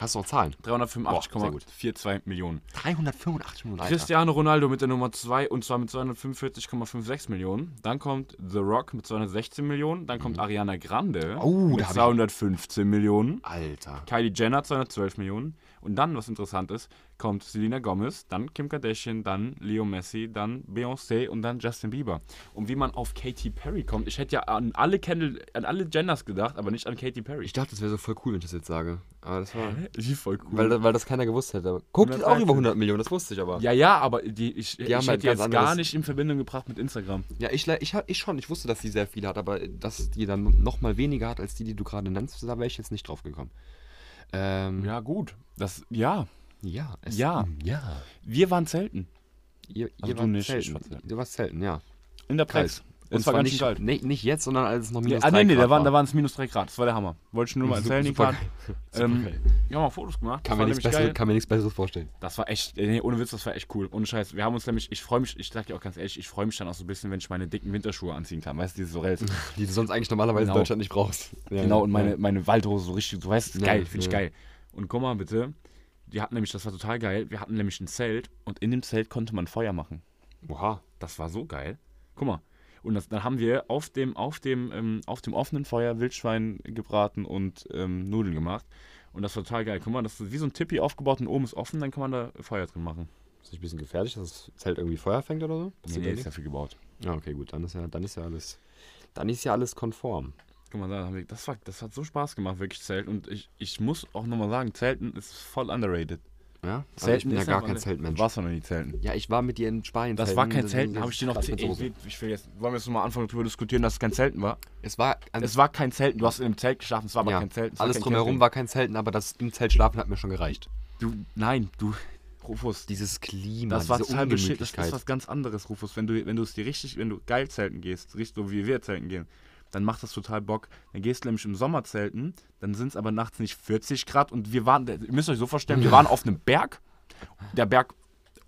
Hast du noch Zahlen? 385,42 Millionen. 385 Millionen. Alter. Cristiano Ronaldo mit der Nummer 2 und zwar mit 245,56 Millionen. Dann kommt The Rock mit 216 Millionen. Dann kommt Ariana Grande Mhm. Oh, da mit hab ich- 215 Millionen. Alter. Kylie Jenner 212 Millionen. Und dann, was interessant ist, kommt Selena Gomez, dann Kim Kardashian, dann Leo Messi, dann Beyoncé und dann Justin Bieber. Und wie man auf Katy Perry kommt, ich hätte ja an alle Kendall, an alle Jenners gedacht, aber nicht an Katy Perry. Ich dachte, das wäre so voll cool, wenn ich das jetzt sage. Aber das war. Die voll cool. Weil, da- weil das keiner gewusst hätte. Aber Guck, die ist auch 113. über 100 Millionen, das wusste ich aber. ja, ja, aber die, ich, ich haben hätte halt ganz jetzt gar anderes- nicht in Verbindung gebracht mit Instagram. Ja, ich, le- ich, ha- ich schon. Ich wusste, dass sie sehr viele hat, aber äh, dass die dann noch mal weniger hat als die, die du gerade nennst, da wäre ich jetzt nicht drauf gekommen. Ähm, Ja, gut. Das, ja. ja. es- Ja. Hm, Ja. Wir waren selten. Ihr, Also ihr du wart nicht, ich selten. war zelten. Du warst selten, ja. In der Kalt. Preis. Es war ganz schön nicht, kalt. Nee, nicht jetzt, sondern als es noch Ja, minus ah, nee, nee, Grad da waren, da waren es minus 3 Grad. Das war der Hammer. Wollte ich nur mal Super- erzählen, super den Grad. Ähm, wir haben auch Fotos gemacht. Kann das mir, war nichts nämlich Besseres, geil. kann mir nichts Besseres vorstellen. Das war echt, äh, nee, ohne Witz, das war echt cool. Ohne Scheiß. Wir haben uns nämlich, ich freue mich, ich sag dir auch ganz ehrlich, ich freue mich dann auch so ein bisschen, wenn ich meine dicken Winterschuhe anziehen kann. Weißt du, diese Sorels. Die du sonst eigentlich normalerweise Genau. in Deutschland nicht brauchst. Ja, genau, ja. und meine, meine Waldhose so richtig, du weißt, Ja, geil, finde ich ja. geil. Und guck mal bitte, die hatten nämlich, das war total geil, wir hatten nämlich ein Zelt und in dem Zelt konnte man Feuer machen. Oha. Das war so geil. Guck mal. Und das, dann haben wir auf dem, auf, dem, ähm, auf dem offenen Feuer Wildschwein gebraten und ähm, Nudeln gemacht. Und das war total geil. Guck mal, das ist wie so ein Tippi aufgebaut und oben ist offen, dann kann man da Feuer drin machen. Ist nicht ein bisschen gefährlich, dass das Zelt irgendwie Feuer fängt oder so? Nee, Passiert da ist nichts? dafür gebaut. Ja, okay, gut. Dann ist ja, dann ist ja alles. Dann ist ja alles konform. Guck mal, da haben wir, das, war, das hat so Spaß gemacht, wirklich Zelt. Und ich, ich muss auch nochmal sagen, Zelten ist voll underrated. Ja? Also ich bin ja ist gar einfach- kein Zeltmensch. Warst du noch nie Zelten? Ja, ich war mit dir in Spanien. Das war kein Zelten, habe ich dir noch. Quatsch mit Ey, Soße. wir- ich will jetzt, wollen wir jetzt nochmal anfangen darüber diskutieren, dass es kein Zelten war? Es war, also, Es war kein Zelten, du hast in einem Zelt geschlafen, es war aber ja, kein Zelten. es war alles kein drumherum Camping. war kein Zelten, aber das im Zelt schlafen hat mir schon gereicht. Du, nein, du, Rufus, Dieses Klima, das war diese total beschissen. Das ist Ungemütlichkeit. was ganz anderes, Rufus. Wenn du, wenn du es dir richtig, wenn du geil zelten gehst, richtig so wie wir zelten gehen, dann macht das total Bock. Dann gehst du nämlich im Sommer zelten, dann sind es aber nachts nicht 40 Grad und wir waren, ihr müsst euch so vorstellen, wir waren auf einem Berg, der Berg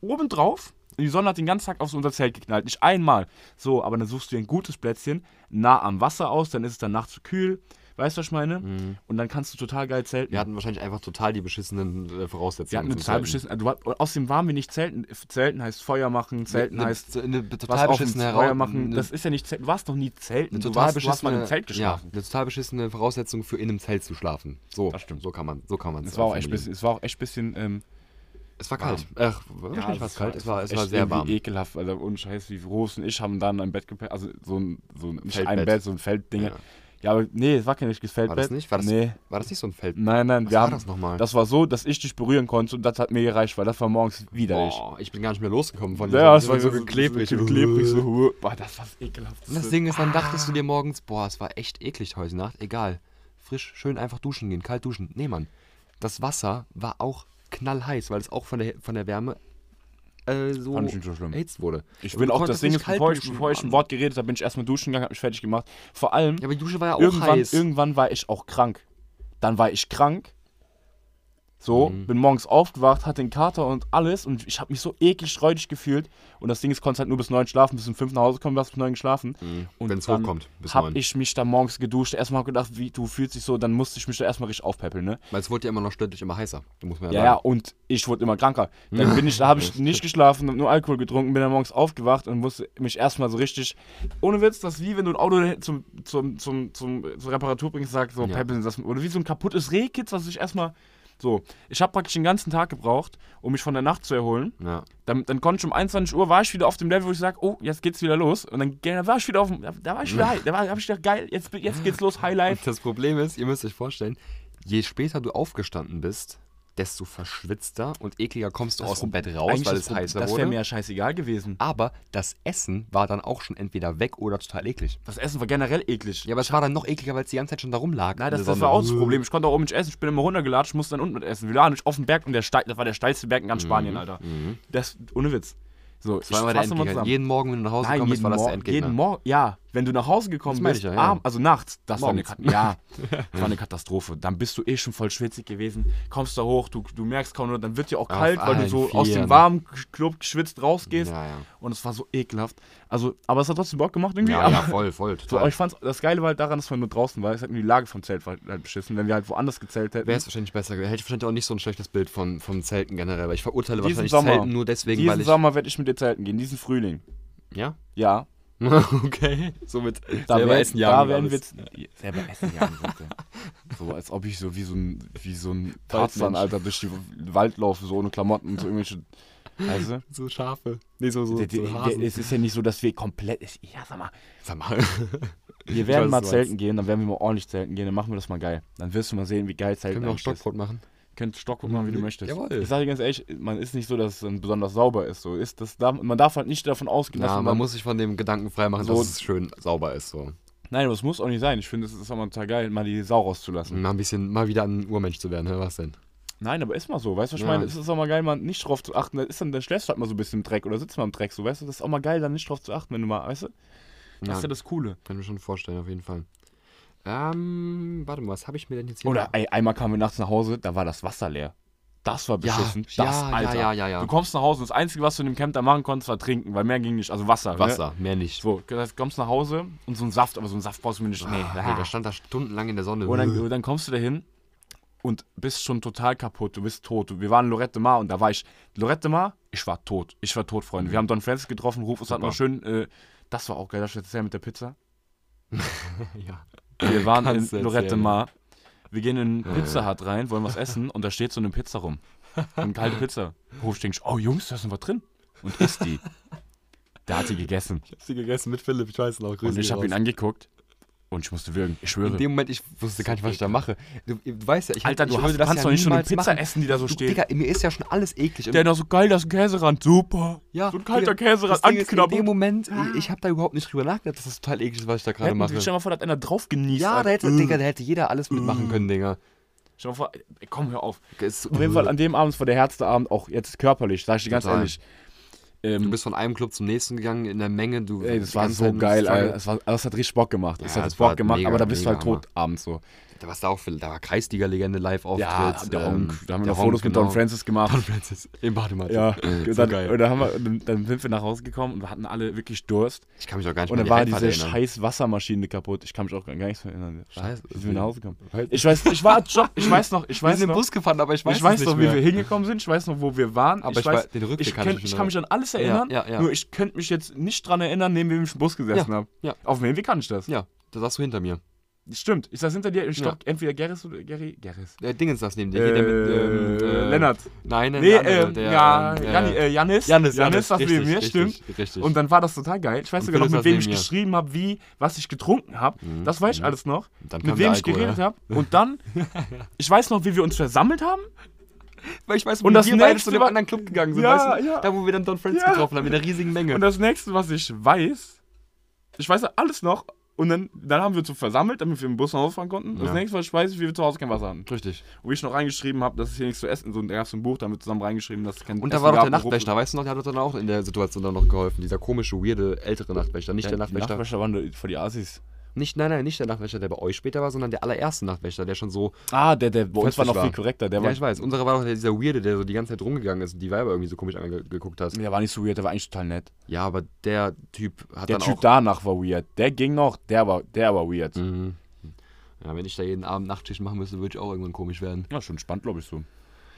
oben drauf. Und die Sonne hat den ganzen Tag auf unser Zelt geknallt. Nicht einmal. So, aber dann suchst du dir ein gutes Plätzchen nah am Wasser aus, dann ist es dann nachts kühl. Weißt du, was ich meine? Und dann kannst du total geil zelten. wir hatten wahrscheinlich einfach total die beschissenen äh, Voraussetzungen. Wir hatten eine zum total Zelten. beschissen. Also, du hat- und außerdem waren wir nicht zelten. Zelten heißt Feuer machen, zelten eine, heißt eine, was total auf dem beschissene Feuer Heraus- machen. eine- Das ist ja nicht zelten. Du warst noch nie zelten. eine Du total warst, du hast mal im beschissene- Zelt geschlafen. Ja, eine total beschissene Voraussetzung für in einem Zelt zu schlafen. So, Das stimmt. So kann man, so kann man Es war auch echt bisschen, es war auch echt bisschen ähm, Es war kalt. Ach, wahrscheinlich war es kalt. Es war, es war echt sehr irgendwie warm. ekelhaft. Also ohne Scheiß, wie Rufus und ich haben dann ein Bett gepennt, also so ein, so ein nicht ein Feldbett. Bett, so ein Feldding. Ja. Ja. aber nee, es war kein richtiges Feldbett. War das nicht? War das, nee. war das nicht so ein Feld? Nein, nein, Was wir war haben das nochmal? Das war so, dass ich dich berühren konnte und das hat mir gereicht, weil das war morgens widerlich. Boah, ich bin gar nicht mehr losgekommen von Ja, es diesem- war so so geklebrig. So klebrig, so. Ah. Boah, das war das ekelhaft. Und das Ding ist, dann dachtest du dir morgens, boah, es war echt eklig heute Nacht. Egal. Frisch, schön einfach duschen gehen, kalt duschen. Nee, Mann. Das Wasser war auch knallheiß, weil es auch von der, von der Wärme äh, so Fand ich nicht so schlimm. erhitzt wurde. Ich Aber bin du auch, das konntest Ding nicht ist, kalt bevor ich, duschen, bevor ich ein Mann. Wort geredet habe, bin ich erstmal duschen gegangen, habe mich fertig gemacht. Vor allem, Ja, aber die Dusche war ja auch irgendwann, heiß. irgendwann war ich auch krank. Dann war ich krank. So, Mhm. bin morgens aufgewacht, hatte den Kater und alles und ich habe mich so eklig räudig gefühlt. Und das Ding ist, konntest halt nur bis neun schlafen, bis um fünf nach Hause kommen, hast bis neun geschlafen. Und Mhm. Wenn's dann hochkommt, bis hab neun. ich mich da morgens geduscht. Erstmal hab gedacht, wie du fühlst dich so, dann musste ich mich da erstmal richtig aufpäppeln, ne? Weil es wurde ja immer noch stündlich immer heißer. Da muss man ja, Ja, ja, sagen. und ich wurde immer kranker. Dann bin ich, da habe ich nicht geschlafen, hab nur Alkohol getrunken, bin dann morgens aufgewacht und musste mich erstmal so richtig. Ohne Witz, das ist wie wenn du ein Auto zum, zum, zum, zum, zur Reparatur bringst, sagst so, Ja. Peppeln, das, oder wie so ein kaputtes Rehkitz, was ich erstmal. So, ich habe praktisch den ganzen Tag gebraucht, um mich von der Nacht zu erholen. ja. Dann, dann konnte ich um 21 Uhr, war ich wieder auf dem Level, wo ich sage, oh, jetzt geht's wieder los. Und dann, dann war ich wieder auf dem, da, da war ich wieder, high. da war, hab ich gedacht, geil, jetzt, jetzt geht's los, Highlight. Das Problem ist, ihr müsst euch vorstellen, je später du aufgestanden bist, desto verschwitzter und ekliger kommst du aus dem Bett raus, Eigentlich weil das es Pro- heißer Das wurde. wäre mir ja scheißegal gewesen. Aber das Essen war dann auch schon entweder weg oder total eklig. Das Essen war generell eklig. Ja, aber es war dann noch ekliger, weil es die ganze Zeit schon da rumlag. Also Nein, in Ah, das, der das war auch Sonne. das Problem. Ich konnte auch oben nicht essen. Ich bin immer runtergelatscht, musste dann unten mit essen. Wir lagen nicht auf dem Berg und der steil, das war der steilste Berg in ganz Spanien, Alter. Das, ohne Witz. So, Mhm, Das war immer der Endgegner. halt Jeden Morgen, wenn du nach Hause Nein, kommst, jeden, war das ne? Mor der Endgegner. jeden Morgen, ja. Wenn du nach Hause gekommen Das meine bist, ich ja, ja. abend- also nachts, das war, eine Kat Morgens. ja, das war eine Katastrophe. Dann bist du eh schon voll schwitzig gewesen, kommst da hoch, du, du merkst kaum, nur, dann wird dir auch kalt, weil du allen so aus dem Vieren. warmen Club geschwitzt rausgehst. Ja, ja. Und es war so ekelhaft. Also, aber es hat trotzdem Bock gemacht irgendwie. ja, aber ja, voll, voll. so, Total. aber ich fand's, das Geile war halt daran, dass man nur draußen war. Es hat mir die Lage vom Zelt war halt beschissen. Wenn wir halt woanders gezählt hätten. Wäre es wahrscheinlich besser gewesen. Hätte ich wahrscheinlich auch nicht so ein schlechtes Bild von, vom Zelten generell, weil ich verurteile diesen wahrscheinlich Zelten nur deswegen, diesen weil ich. Sommer werde ich mit dir zelten gehen. Diesen Frühling. Ja? Ja. okay. Somit Da selber werden- essen jagen Da und werden wir alles. selber essen jagen, Leute. So, als ob ich so wie so ein, wie so ein Tarzan, Waldmensch. Alter, durch den Wald laufe, so ohne Klamotten und so irgendwelche. Weißt du? So Schafe. Nee, so, so, Der- so der- der- Hasen. Es ist ja nicht so, dass wir komplett. es- Ja, sag mal. Sag mal. Wir weiß, werden mal was du zelten gehen, dann werden wir mal ordentlich zelten gehen, dann machen wir das mal geil. Dann wirst du mal sehen, wie geil zelten Können wir auch eigentlich ist. Stockbrot machen? Könntest Stockbrot machen, wie du Mhm. möchtest. Jawohl. Ich sage dir ganz ehrlich, man ist nicht so, dass es dann besonders sauber ist. So ist das darf, man darf halt nicht davon ausgehen, dass Ja, man, man muss sich von dem Gedanken freimachen, So- dass es schön sauber ist. So. Nein, aber es muss auch nicht sein. Ich finde, es ist auch mal total geil, mal die Sau rauszulassen. Mal ein bisschen, mal wieder ein Urmensch zu werden, hä? was denn? Nein, aber ist mal so. Weißt du, was ich Ja. meine? Es ist auch mal geil, mal nicht drauf zu achten. Da ist dann, dann schläfst du halt mal so ein bisschen im Dreck oder sitzt mal im Dreck. So, weißt du, das ist auch mal geil, dann nicht drauf zu achten, wenn du mal, weißt du? Das Ja. ist ja das Coole. Kann ich mir schon vorstellen, auf jeden Fall. Ähm, warte mal, was habe ich mir denn jetzt hier? Oder ey, einmal kamen wir nachts nach Hause, da war das Wasser leer. Das war Ja, beschissen. ja, das, ja, Alter. ja, ja, ja. Du kommst nach Hause und das Einzige, was du in dem Camp da machen konntest, war trinken, weil mehr ging nicht. Also Wasser. Ne? Wasser, mehr nicht. So, das heißt, kommst nach Hause und so ein Saft, aber so ein Saft brauchst du mir nicht. Nee, Ah, ah. Nee, da stand da stundenlang in der Sonne. und dann, und dann kommst du dahin und bist schon total kaputt, du bist tot. Wir waren in Lorette Mar und da war ich. Lorette Mar, ich war tot. Ich war tot, Freunde. Wir haben Don Francis getroffen, Rufus hat Mhm. Super. noch schön. Äh, das war auch geil, das ich erzählen mit der Pizza. ja. Wir waren Kannst du in Lorette erzählen. Äh. Mar. Wir gehen in Pizza Hut rein, wollen was essen und da steht so eine Pizza rum. Eine kalte Pizza. Ruf ich, denk ich, oh Jungs, da ist noch was drin. Und isst die. Der hat die gegessen. Ich hab sie gegessen mit Philipp, ich weiß noch. Und ich habe ihn angeguckt und ich musste würgen. Ich schwöre. In dem Moment, ich wusste gar nicht, was ich da mache. Du, du weißt ja, ich, Alter, ich du würde hast, das kannst ja doch nicht schon eine niemals Pizza machen. essen, die da so Du, steht. Digga, mir ist ja schon alles eklig. Im- Der noch so geil, das ist ein Käserand, super. ja, so ein kalter Digga, das Käserand, Ding ist, In dem anknabbern. Moment, ich- ich habe da überhaupt nicht drüber nachgedacht, dass das total eklig ist, was ich da gerade Hätten die- mache. Stell mal vor, da hat einer drauf genießt. Ja, Alter. Äh. da hätte, Digga, da hätte jeder alles mitmachen können, Digga. Stell dir mal vor, ey, komm, hör auf. Es- Auf jeden Fall an dem Abend war der härteste Abend auch jetzt körperlich, sag ich dir ganz Total. ehrlich. Du Ähm, bist von einem Club zum nächsten gegangen in der Menge. Du, ey, das die war ganze so Zeit- geil, Alter. Das, war, das hat richtig Bock gemacht. Es Ja, hat das Bock war gemacht, mega, aber da bist du halt mega tot abends so. Da warst du auch viel. Da war Kreisliga-Legende live auftritt. Ja, der ähm, Honk. Da haben wir der noch Fotos Honk, mit genau. Don Francis gemacht. Don Francis im Bademantel. Ja, Äh, so dann, geil. Und dann, haben wir, dann, dann sind wir nach Hause gekommen und wir hatten alle wirklich Durst. Ich kann mich auch gar nicht Und mehr dann war an die diese Einfahrt erinnern. scheiß Wassermaschine kaputt. Ich kann mich auch gar nichts mehr erinnern. Scheiße. Wie sind wir nach Hause gekommen? Halt. Ich weiß, ich war, ich weiß noch, ich Wir weiß sind im noch. Bus gefahren, aber ich weiß, Ich weiß es noch, nicht wie mehr. wir hingekommen sind, ich weiß noch, wo wir waren, aber Ich ich, weiß- weiß, den Rückweg ich, kann kenn, ich ich, mich kann mich an alles erinnern, ja, ja. nur ich könnte mich jetzt nicht dran erinnern, neben wem ich im Bus gesessen habe. ja. Auf dem Hinweg kann ich das. Ja, da saß du hinter mir. Stimmt, ich saß hinter dir, ich Ja. glaube entweder Gerris oder Gerry, Gerris. Der Dingens saß neben dir. Äh, Hier, der mit, ähm, äh, Lennart. Nein, nein, Nee, der andere, ähm, der, ja, ähm, der- Janni- äh, Janis, Janis. Janis, Janis, das richtig, neben mir, richtig, stimmt. richtig. Und dann war das total geil. Ich weiß Und sogar noch, Philipp saß mit wem ich neben mir. geschrieben habe, wie, was ich getrunken habe. Das weiß ich alles noch. Dann kam mit der wem ich Alkohol, geredet ja. habe. Und dann, ich weiß noch, wie wir uns versammelt haben. Weil ich weiß, wo Und das wir beide zu nächste dem war- anderen Club gegangen sind, Ja, weißt du? ja. Da, wo wir dann Don Francis Ja. getroffen haben, in der riesigen Menge. Und das nächste, was ich weiß, ich weiß alles noch. Und dann, dann haben wir uns so versammelt, damit wir im Bus nach Hause fahren konnten. Ja. Das nächste, was ich weiß, ist, wie wir zu Hause kein Wasser hatten. Richtig. Wo ich noch reingeschrieben habe, dass es hier nichts zu essen so ein ersten Buch, damit zusammen reingeschrieben, dass es kein Und da Essen war doch gab der und Nachtwächter, weißt du noch, der hat uns dann auch in der Situation dann noch geholfen. Dieser komische, weirde, ältere Nachtwächter. Nicht Der, der der Nachtwächter. Nachtwächter. waren für die Assis. Nicht, nein, nein, nicht der Nachtwächter, der bei euch später war, sondern der allererste Nachtwächter, der schon so. Ah, der, der bei uns war Plötzlich noch war. viel korrekter. Der ja, war, ich weiß. Unserer war doch der- dieser Weirde, der so die ganze Zeit rumgegangen ist und die Weiber irgendwie so komisch angeguckt hat. der war nicht so weird, der war eigentlich total nett. Ja, aber der Typ hat Der dann Typ auch. danach war weird. Der ging noch, der war, der war weird. Mhm. Ja, wenn ich da jeden Abend Nachtschicht machen müsste, würde ich auch irgendwann komisch werden. Ja, schon spannend, glaube ich, so.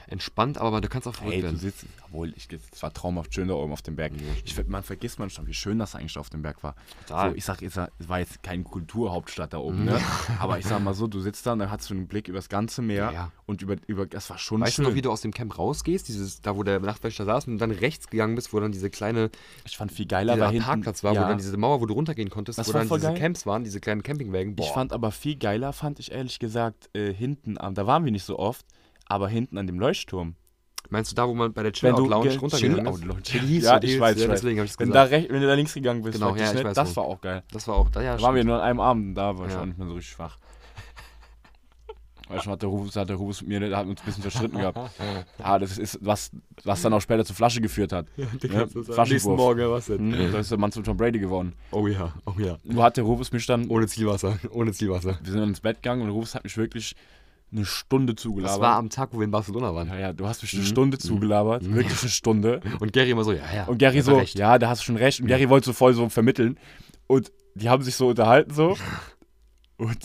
Entspannt, aber du kannst auch verrückt Ey, du werden. sitzt, obwohl, ich, es war traumhaft schön da oben auf dem Berg. Ich, ver- man vergisst manchmal, wie schön das eigentlich auf dem Berg war. Total. So, ich sag, ich sag, es war jetzt keine Kulturhauptstadt da oben, ne? Aber ich sag mal so, du sitzt da und dann hast du einen Blick über das ganze Meer Ja, ja. und über, über, das war schon Weißt du schön. noch, wie du aus dem Camp rausgehst, dieses, da wo der Nachtwächter saß und dann rechts gegangen bist, wo dann diese kleine ich fand viel geiler dieser war hinten. Parkplatz war, ja. wo dann diese Mauer, wo du runtergehen konntest, Das wo war dann voll diese geil. Camps waren, diese kleinen Campingwagen. Boah, Ich fand aber viel geiler, fand ich ehrlich gesagt, äh, hinten am, da waren wir nicht so oft, aber hinten an dem leuchtturm. meinst du da, wo man bei der Wenn Chillout du Lounge ge- runtergegangen Chill- ist? oh, Lounge. Die hieß Ja, so, die ich hieß- weiß, ja, ich weiß. deswegen habe ich es Wenn da, gesagt. rech- wenn du da links gegangen bist, Genau, praktisch, ja, ich ne? weiß das wo. war auch geil. Das war auch, da, ja, Da waren wir stimmt. nur an einem Abend, da war ich Ja. auch nicht mehr so richtig schwach. Weil schon hat der Rufus, hat der Rufus mit mir, der hat uns ein bisschen verstritten gehabt. Ja, das ist, was, was dann auch später zur Flasche geführt hat. Ne? nächsten Flaschenwurf. Morgen, was denn? Hm, Da ist der Mann zu Tom Brady geworden. Oh ja, oh ja. Nur hat der Rufus mich dann, Ohne Zielwasser, ohne Zielwasser. wir sind dann ins Bett gegangen und der Rufus hat mich wirklich eine Stunde zugelabert. Das war am Mhm. Tag, wo wir in Barcelona waren. ja, ja, du hast mich eine Stunde zugelabert, wirklich eine Stunde. Und Gary immer so, ja, ja. Und Gary hat er so, recht. ja, da hast du schon recht. Und Gary wollte so voll so vermitteln. Und die haben sich so unterhalten so. Und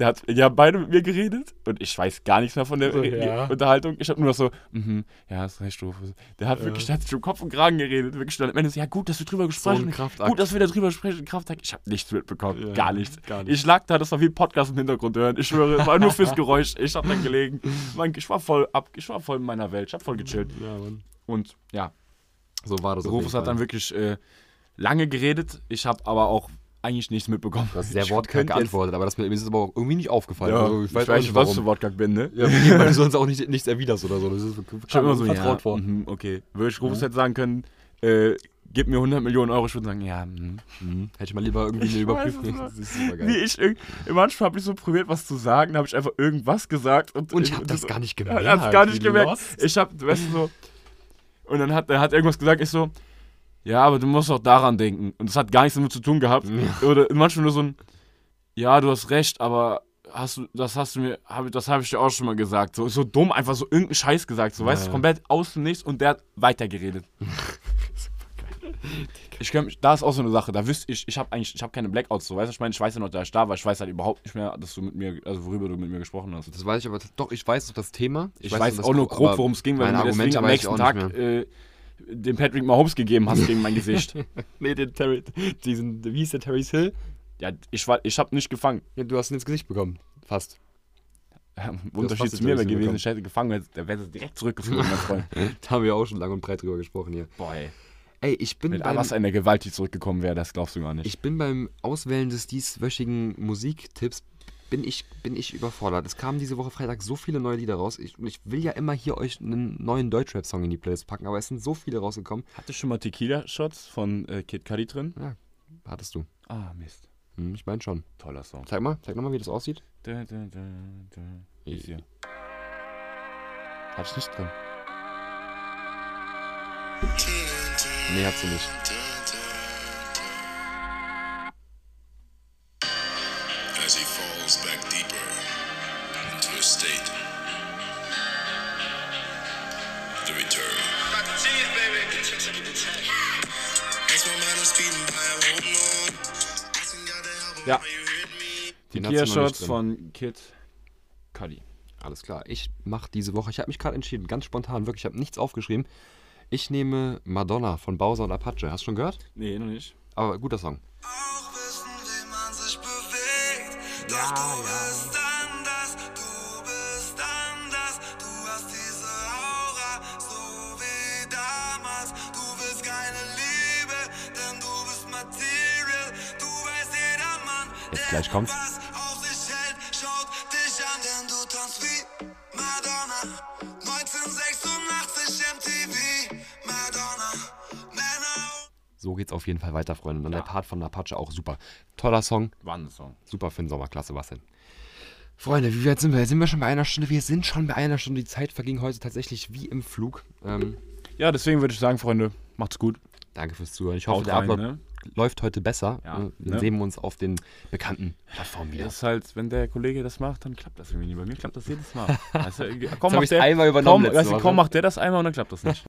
der hat, die haben beide mit mir geredet. Und ich weiß gar nichts mehr von der So, Re- ja. Unterhaltung. Ich habe nur noch so, mhm, ja, hast recht, Rufus. Der hat wirklich, der hat sich um Kopf und Kragen geredet. Wirklich dann am Ende so, ja gut, dass wir drüber gesprochen haben. Kraftakt. Gut, dass wir darüber sprechen. Kraftakt. Ich habe nichts mitbekommen. Ja, gar, nichts. gar nichts. Ich lag da, das war wie ein Podcast im Hintergrund hören. Ich schwöre, es war nur fürs Geräusch. Ich habe da gelegen. Mein, ich war voll ab, ich war voll in meiner Welt. Ich habe voll gechillt. Ja, Mann. Und ja, So war das. auf Rufus jeden hat dann Fall. wirklich äh, lange geredet. Ich habe aber auch eigentlich nichts mitbekommen. Du hast sehr Ich wortkarg könnte jetzt- geantwortet, aber das mir mir ist es aber auch irgendwie nicht aufgefallen. Ja, Also, ich weiß, auch nicht, was für Wortkack bin, ne? Ja, okay, weil du sonst auch nicht, nichts erwiderst oder so. Das ist Ich habe immer so, ja, vertraut vor. mhm, okay. Würde ich Rufus jetzt sagen können, äh, gib mir 100 Millionen Euro, ich würde sagen, ja. mhm. Mhm. Hätte ich mal lieber irgendwie eine Ich weiß es Überprüfung. noch. Das ist super Wie ich, irg- manchmal habe ich so probiert, was zu sagen, habe ich einfach irgendwas gesagt. Und, Und ich habe das gar nicht gemerkt. Ich hab's gar nicht wie gemerkt. lost. Ich hab, weißt du, so. Und dann hat er hat irgendwas gesagt, ich so, ja, aber du musst auch daran denken. Und das hat gar nichts damit zu tun gehabt. Oder manchmal nur so ein, ja, du hast recht, aber hast du, das hast du mir, hab, ich- das habe ich dir auch schon mal gesagt. So, so dumm, einfach so irgendeinen Scheiß gesagt. So, weißt du, Ja. komplett aus dem Nichts und der hat weitergeredet. Ich könnte mich, da ist auch so eine Sache, da wüsste ich, ich habe eigentlich, ich habe keine Blackouts, so, weißt du, ich meine, ich weiß ja noch, da ich da war, ich weiß halt überhaupt nicht mehr, dass du mit mir, also worüber du mit mir gesprochen hast. Das weiß ich aber, doch, ich weiß noch das Thema. Ich weiß, auch nur grob, worum es ging, weil weil du mir deswegen am nächsten Tag äh, den Patrick Mahomes gegeben hast gegen mein Gesicht. Nee, den Terry, diesen, wie hieß der Terry's Hill? Ja, ich, war, ich hab nicht gefangen. Ja, du hast ihn ins Gesicht bekommen. Fast. Im Das Unterschied passt zu mir jetzt, wäre dass du gewesen, bekommst. ich hätte gefangen, hätte- der wäre direkt zurückgeflogen, mein Freund. Da haben wir auch schon lang und breit drüber gesprochen hier. Boah, ey. Ey, ich bin Wenn beim, was einer gewaltig zurückgekommen wäre, das glaubst du gar nicht. ich bin beim Auswählen des dieswöchigen Musiktipps bin ich, bin ich überfordert. Es kamen diese Woche Freitag so viele neue Lieder raus. Ich, ich will ja immer hier euch einen neuen Deutschrap-Song in die Playlist packen, aber es sind so viele rausgekommen. Ah, Hatte schon mal Tequila-Shots von äh, Kid Cudi drin? Hattest du? Ah, Mist. Hm, ich meine schon. Toller Song. Zeig mal, zeig nochmal, wie das aussieht. Da, da, da, da. Ist hier. Hatte ich nicht drin. Nee, hat sie nicht. As he falls back deeper into a state. The return. As my mind was beating by, I won't know. Asking God to help him, Ja. are you hearing me? Die Den hat sie noch nicht Kia-Shirts drin. von Kid Cudi. Alles klar. Ich mache diese Woche, ich habe mich gerade entschieden, ganz spontan, wirklich, ich habe nichts aufgeschrieben. Ich nehme Madonna von Bowser und Apache. Hast du schon gehört? Nee, noch nicht. Aber guter Song. auch wissen, wie man sich bewegt. Doch du bist anders, du bist anders. Du hast diese Aura, so wie damals. Du willst keine Liebe, denn du bist Material. Du weißt, jeder Mann, Jetzt gleich kommt's. was auf sich hält, schaut dich an, denn du tanzt wie Madonna. 1986 MTV, Madonna. Männer So geht's auf jeden Fall weiter, Freunde. Und dann der Part von Apache auch super. Toller Song. Wahnsinn-Song. Super für den Sommer. Klasse, was denn? Freunde, wie weit sind wir? Sind wir schon bei einer Stunde? Wir sind schon bei einer Stunde. Die Zeit verging heute tatsächlich wie im Flug. Ähm, Ja, deswegen würde ich sagen, Freunde, macht's gut. danke fürs Zuhören. Ich hoffe, Haut der rein, Upload ne? läuft heute besser. Ja, Äh, Dann ne? sehen wir uns auf den bekannten Plattformen wieder. Das ist halt, wenn der Kollege das macht, dann klappt das irgendwie nicht. Bei mir klappt das jedes Mal. Weißt du, irgendwie- hab kaum macht ich's der, einmal übernommen Kaum, letzte weißt du, Woche. kaum macht der das einmal und dann klappt das nicht.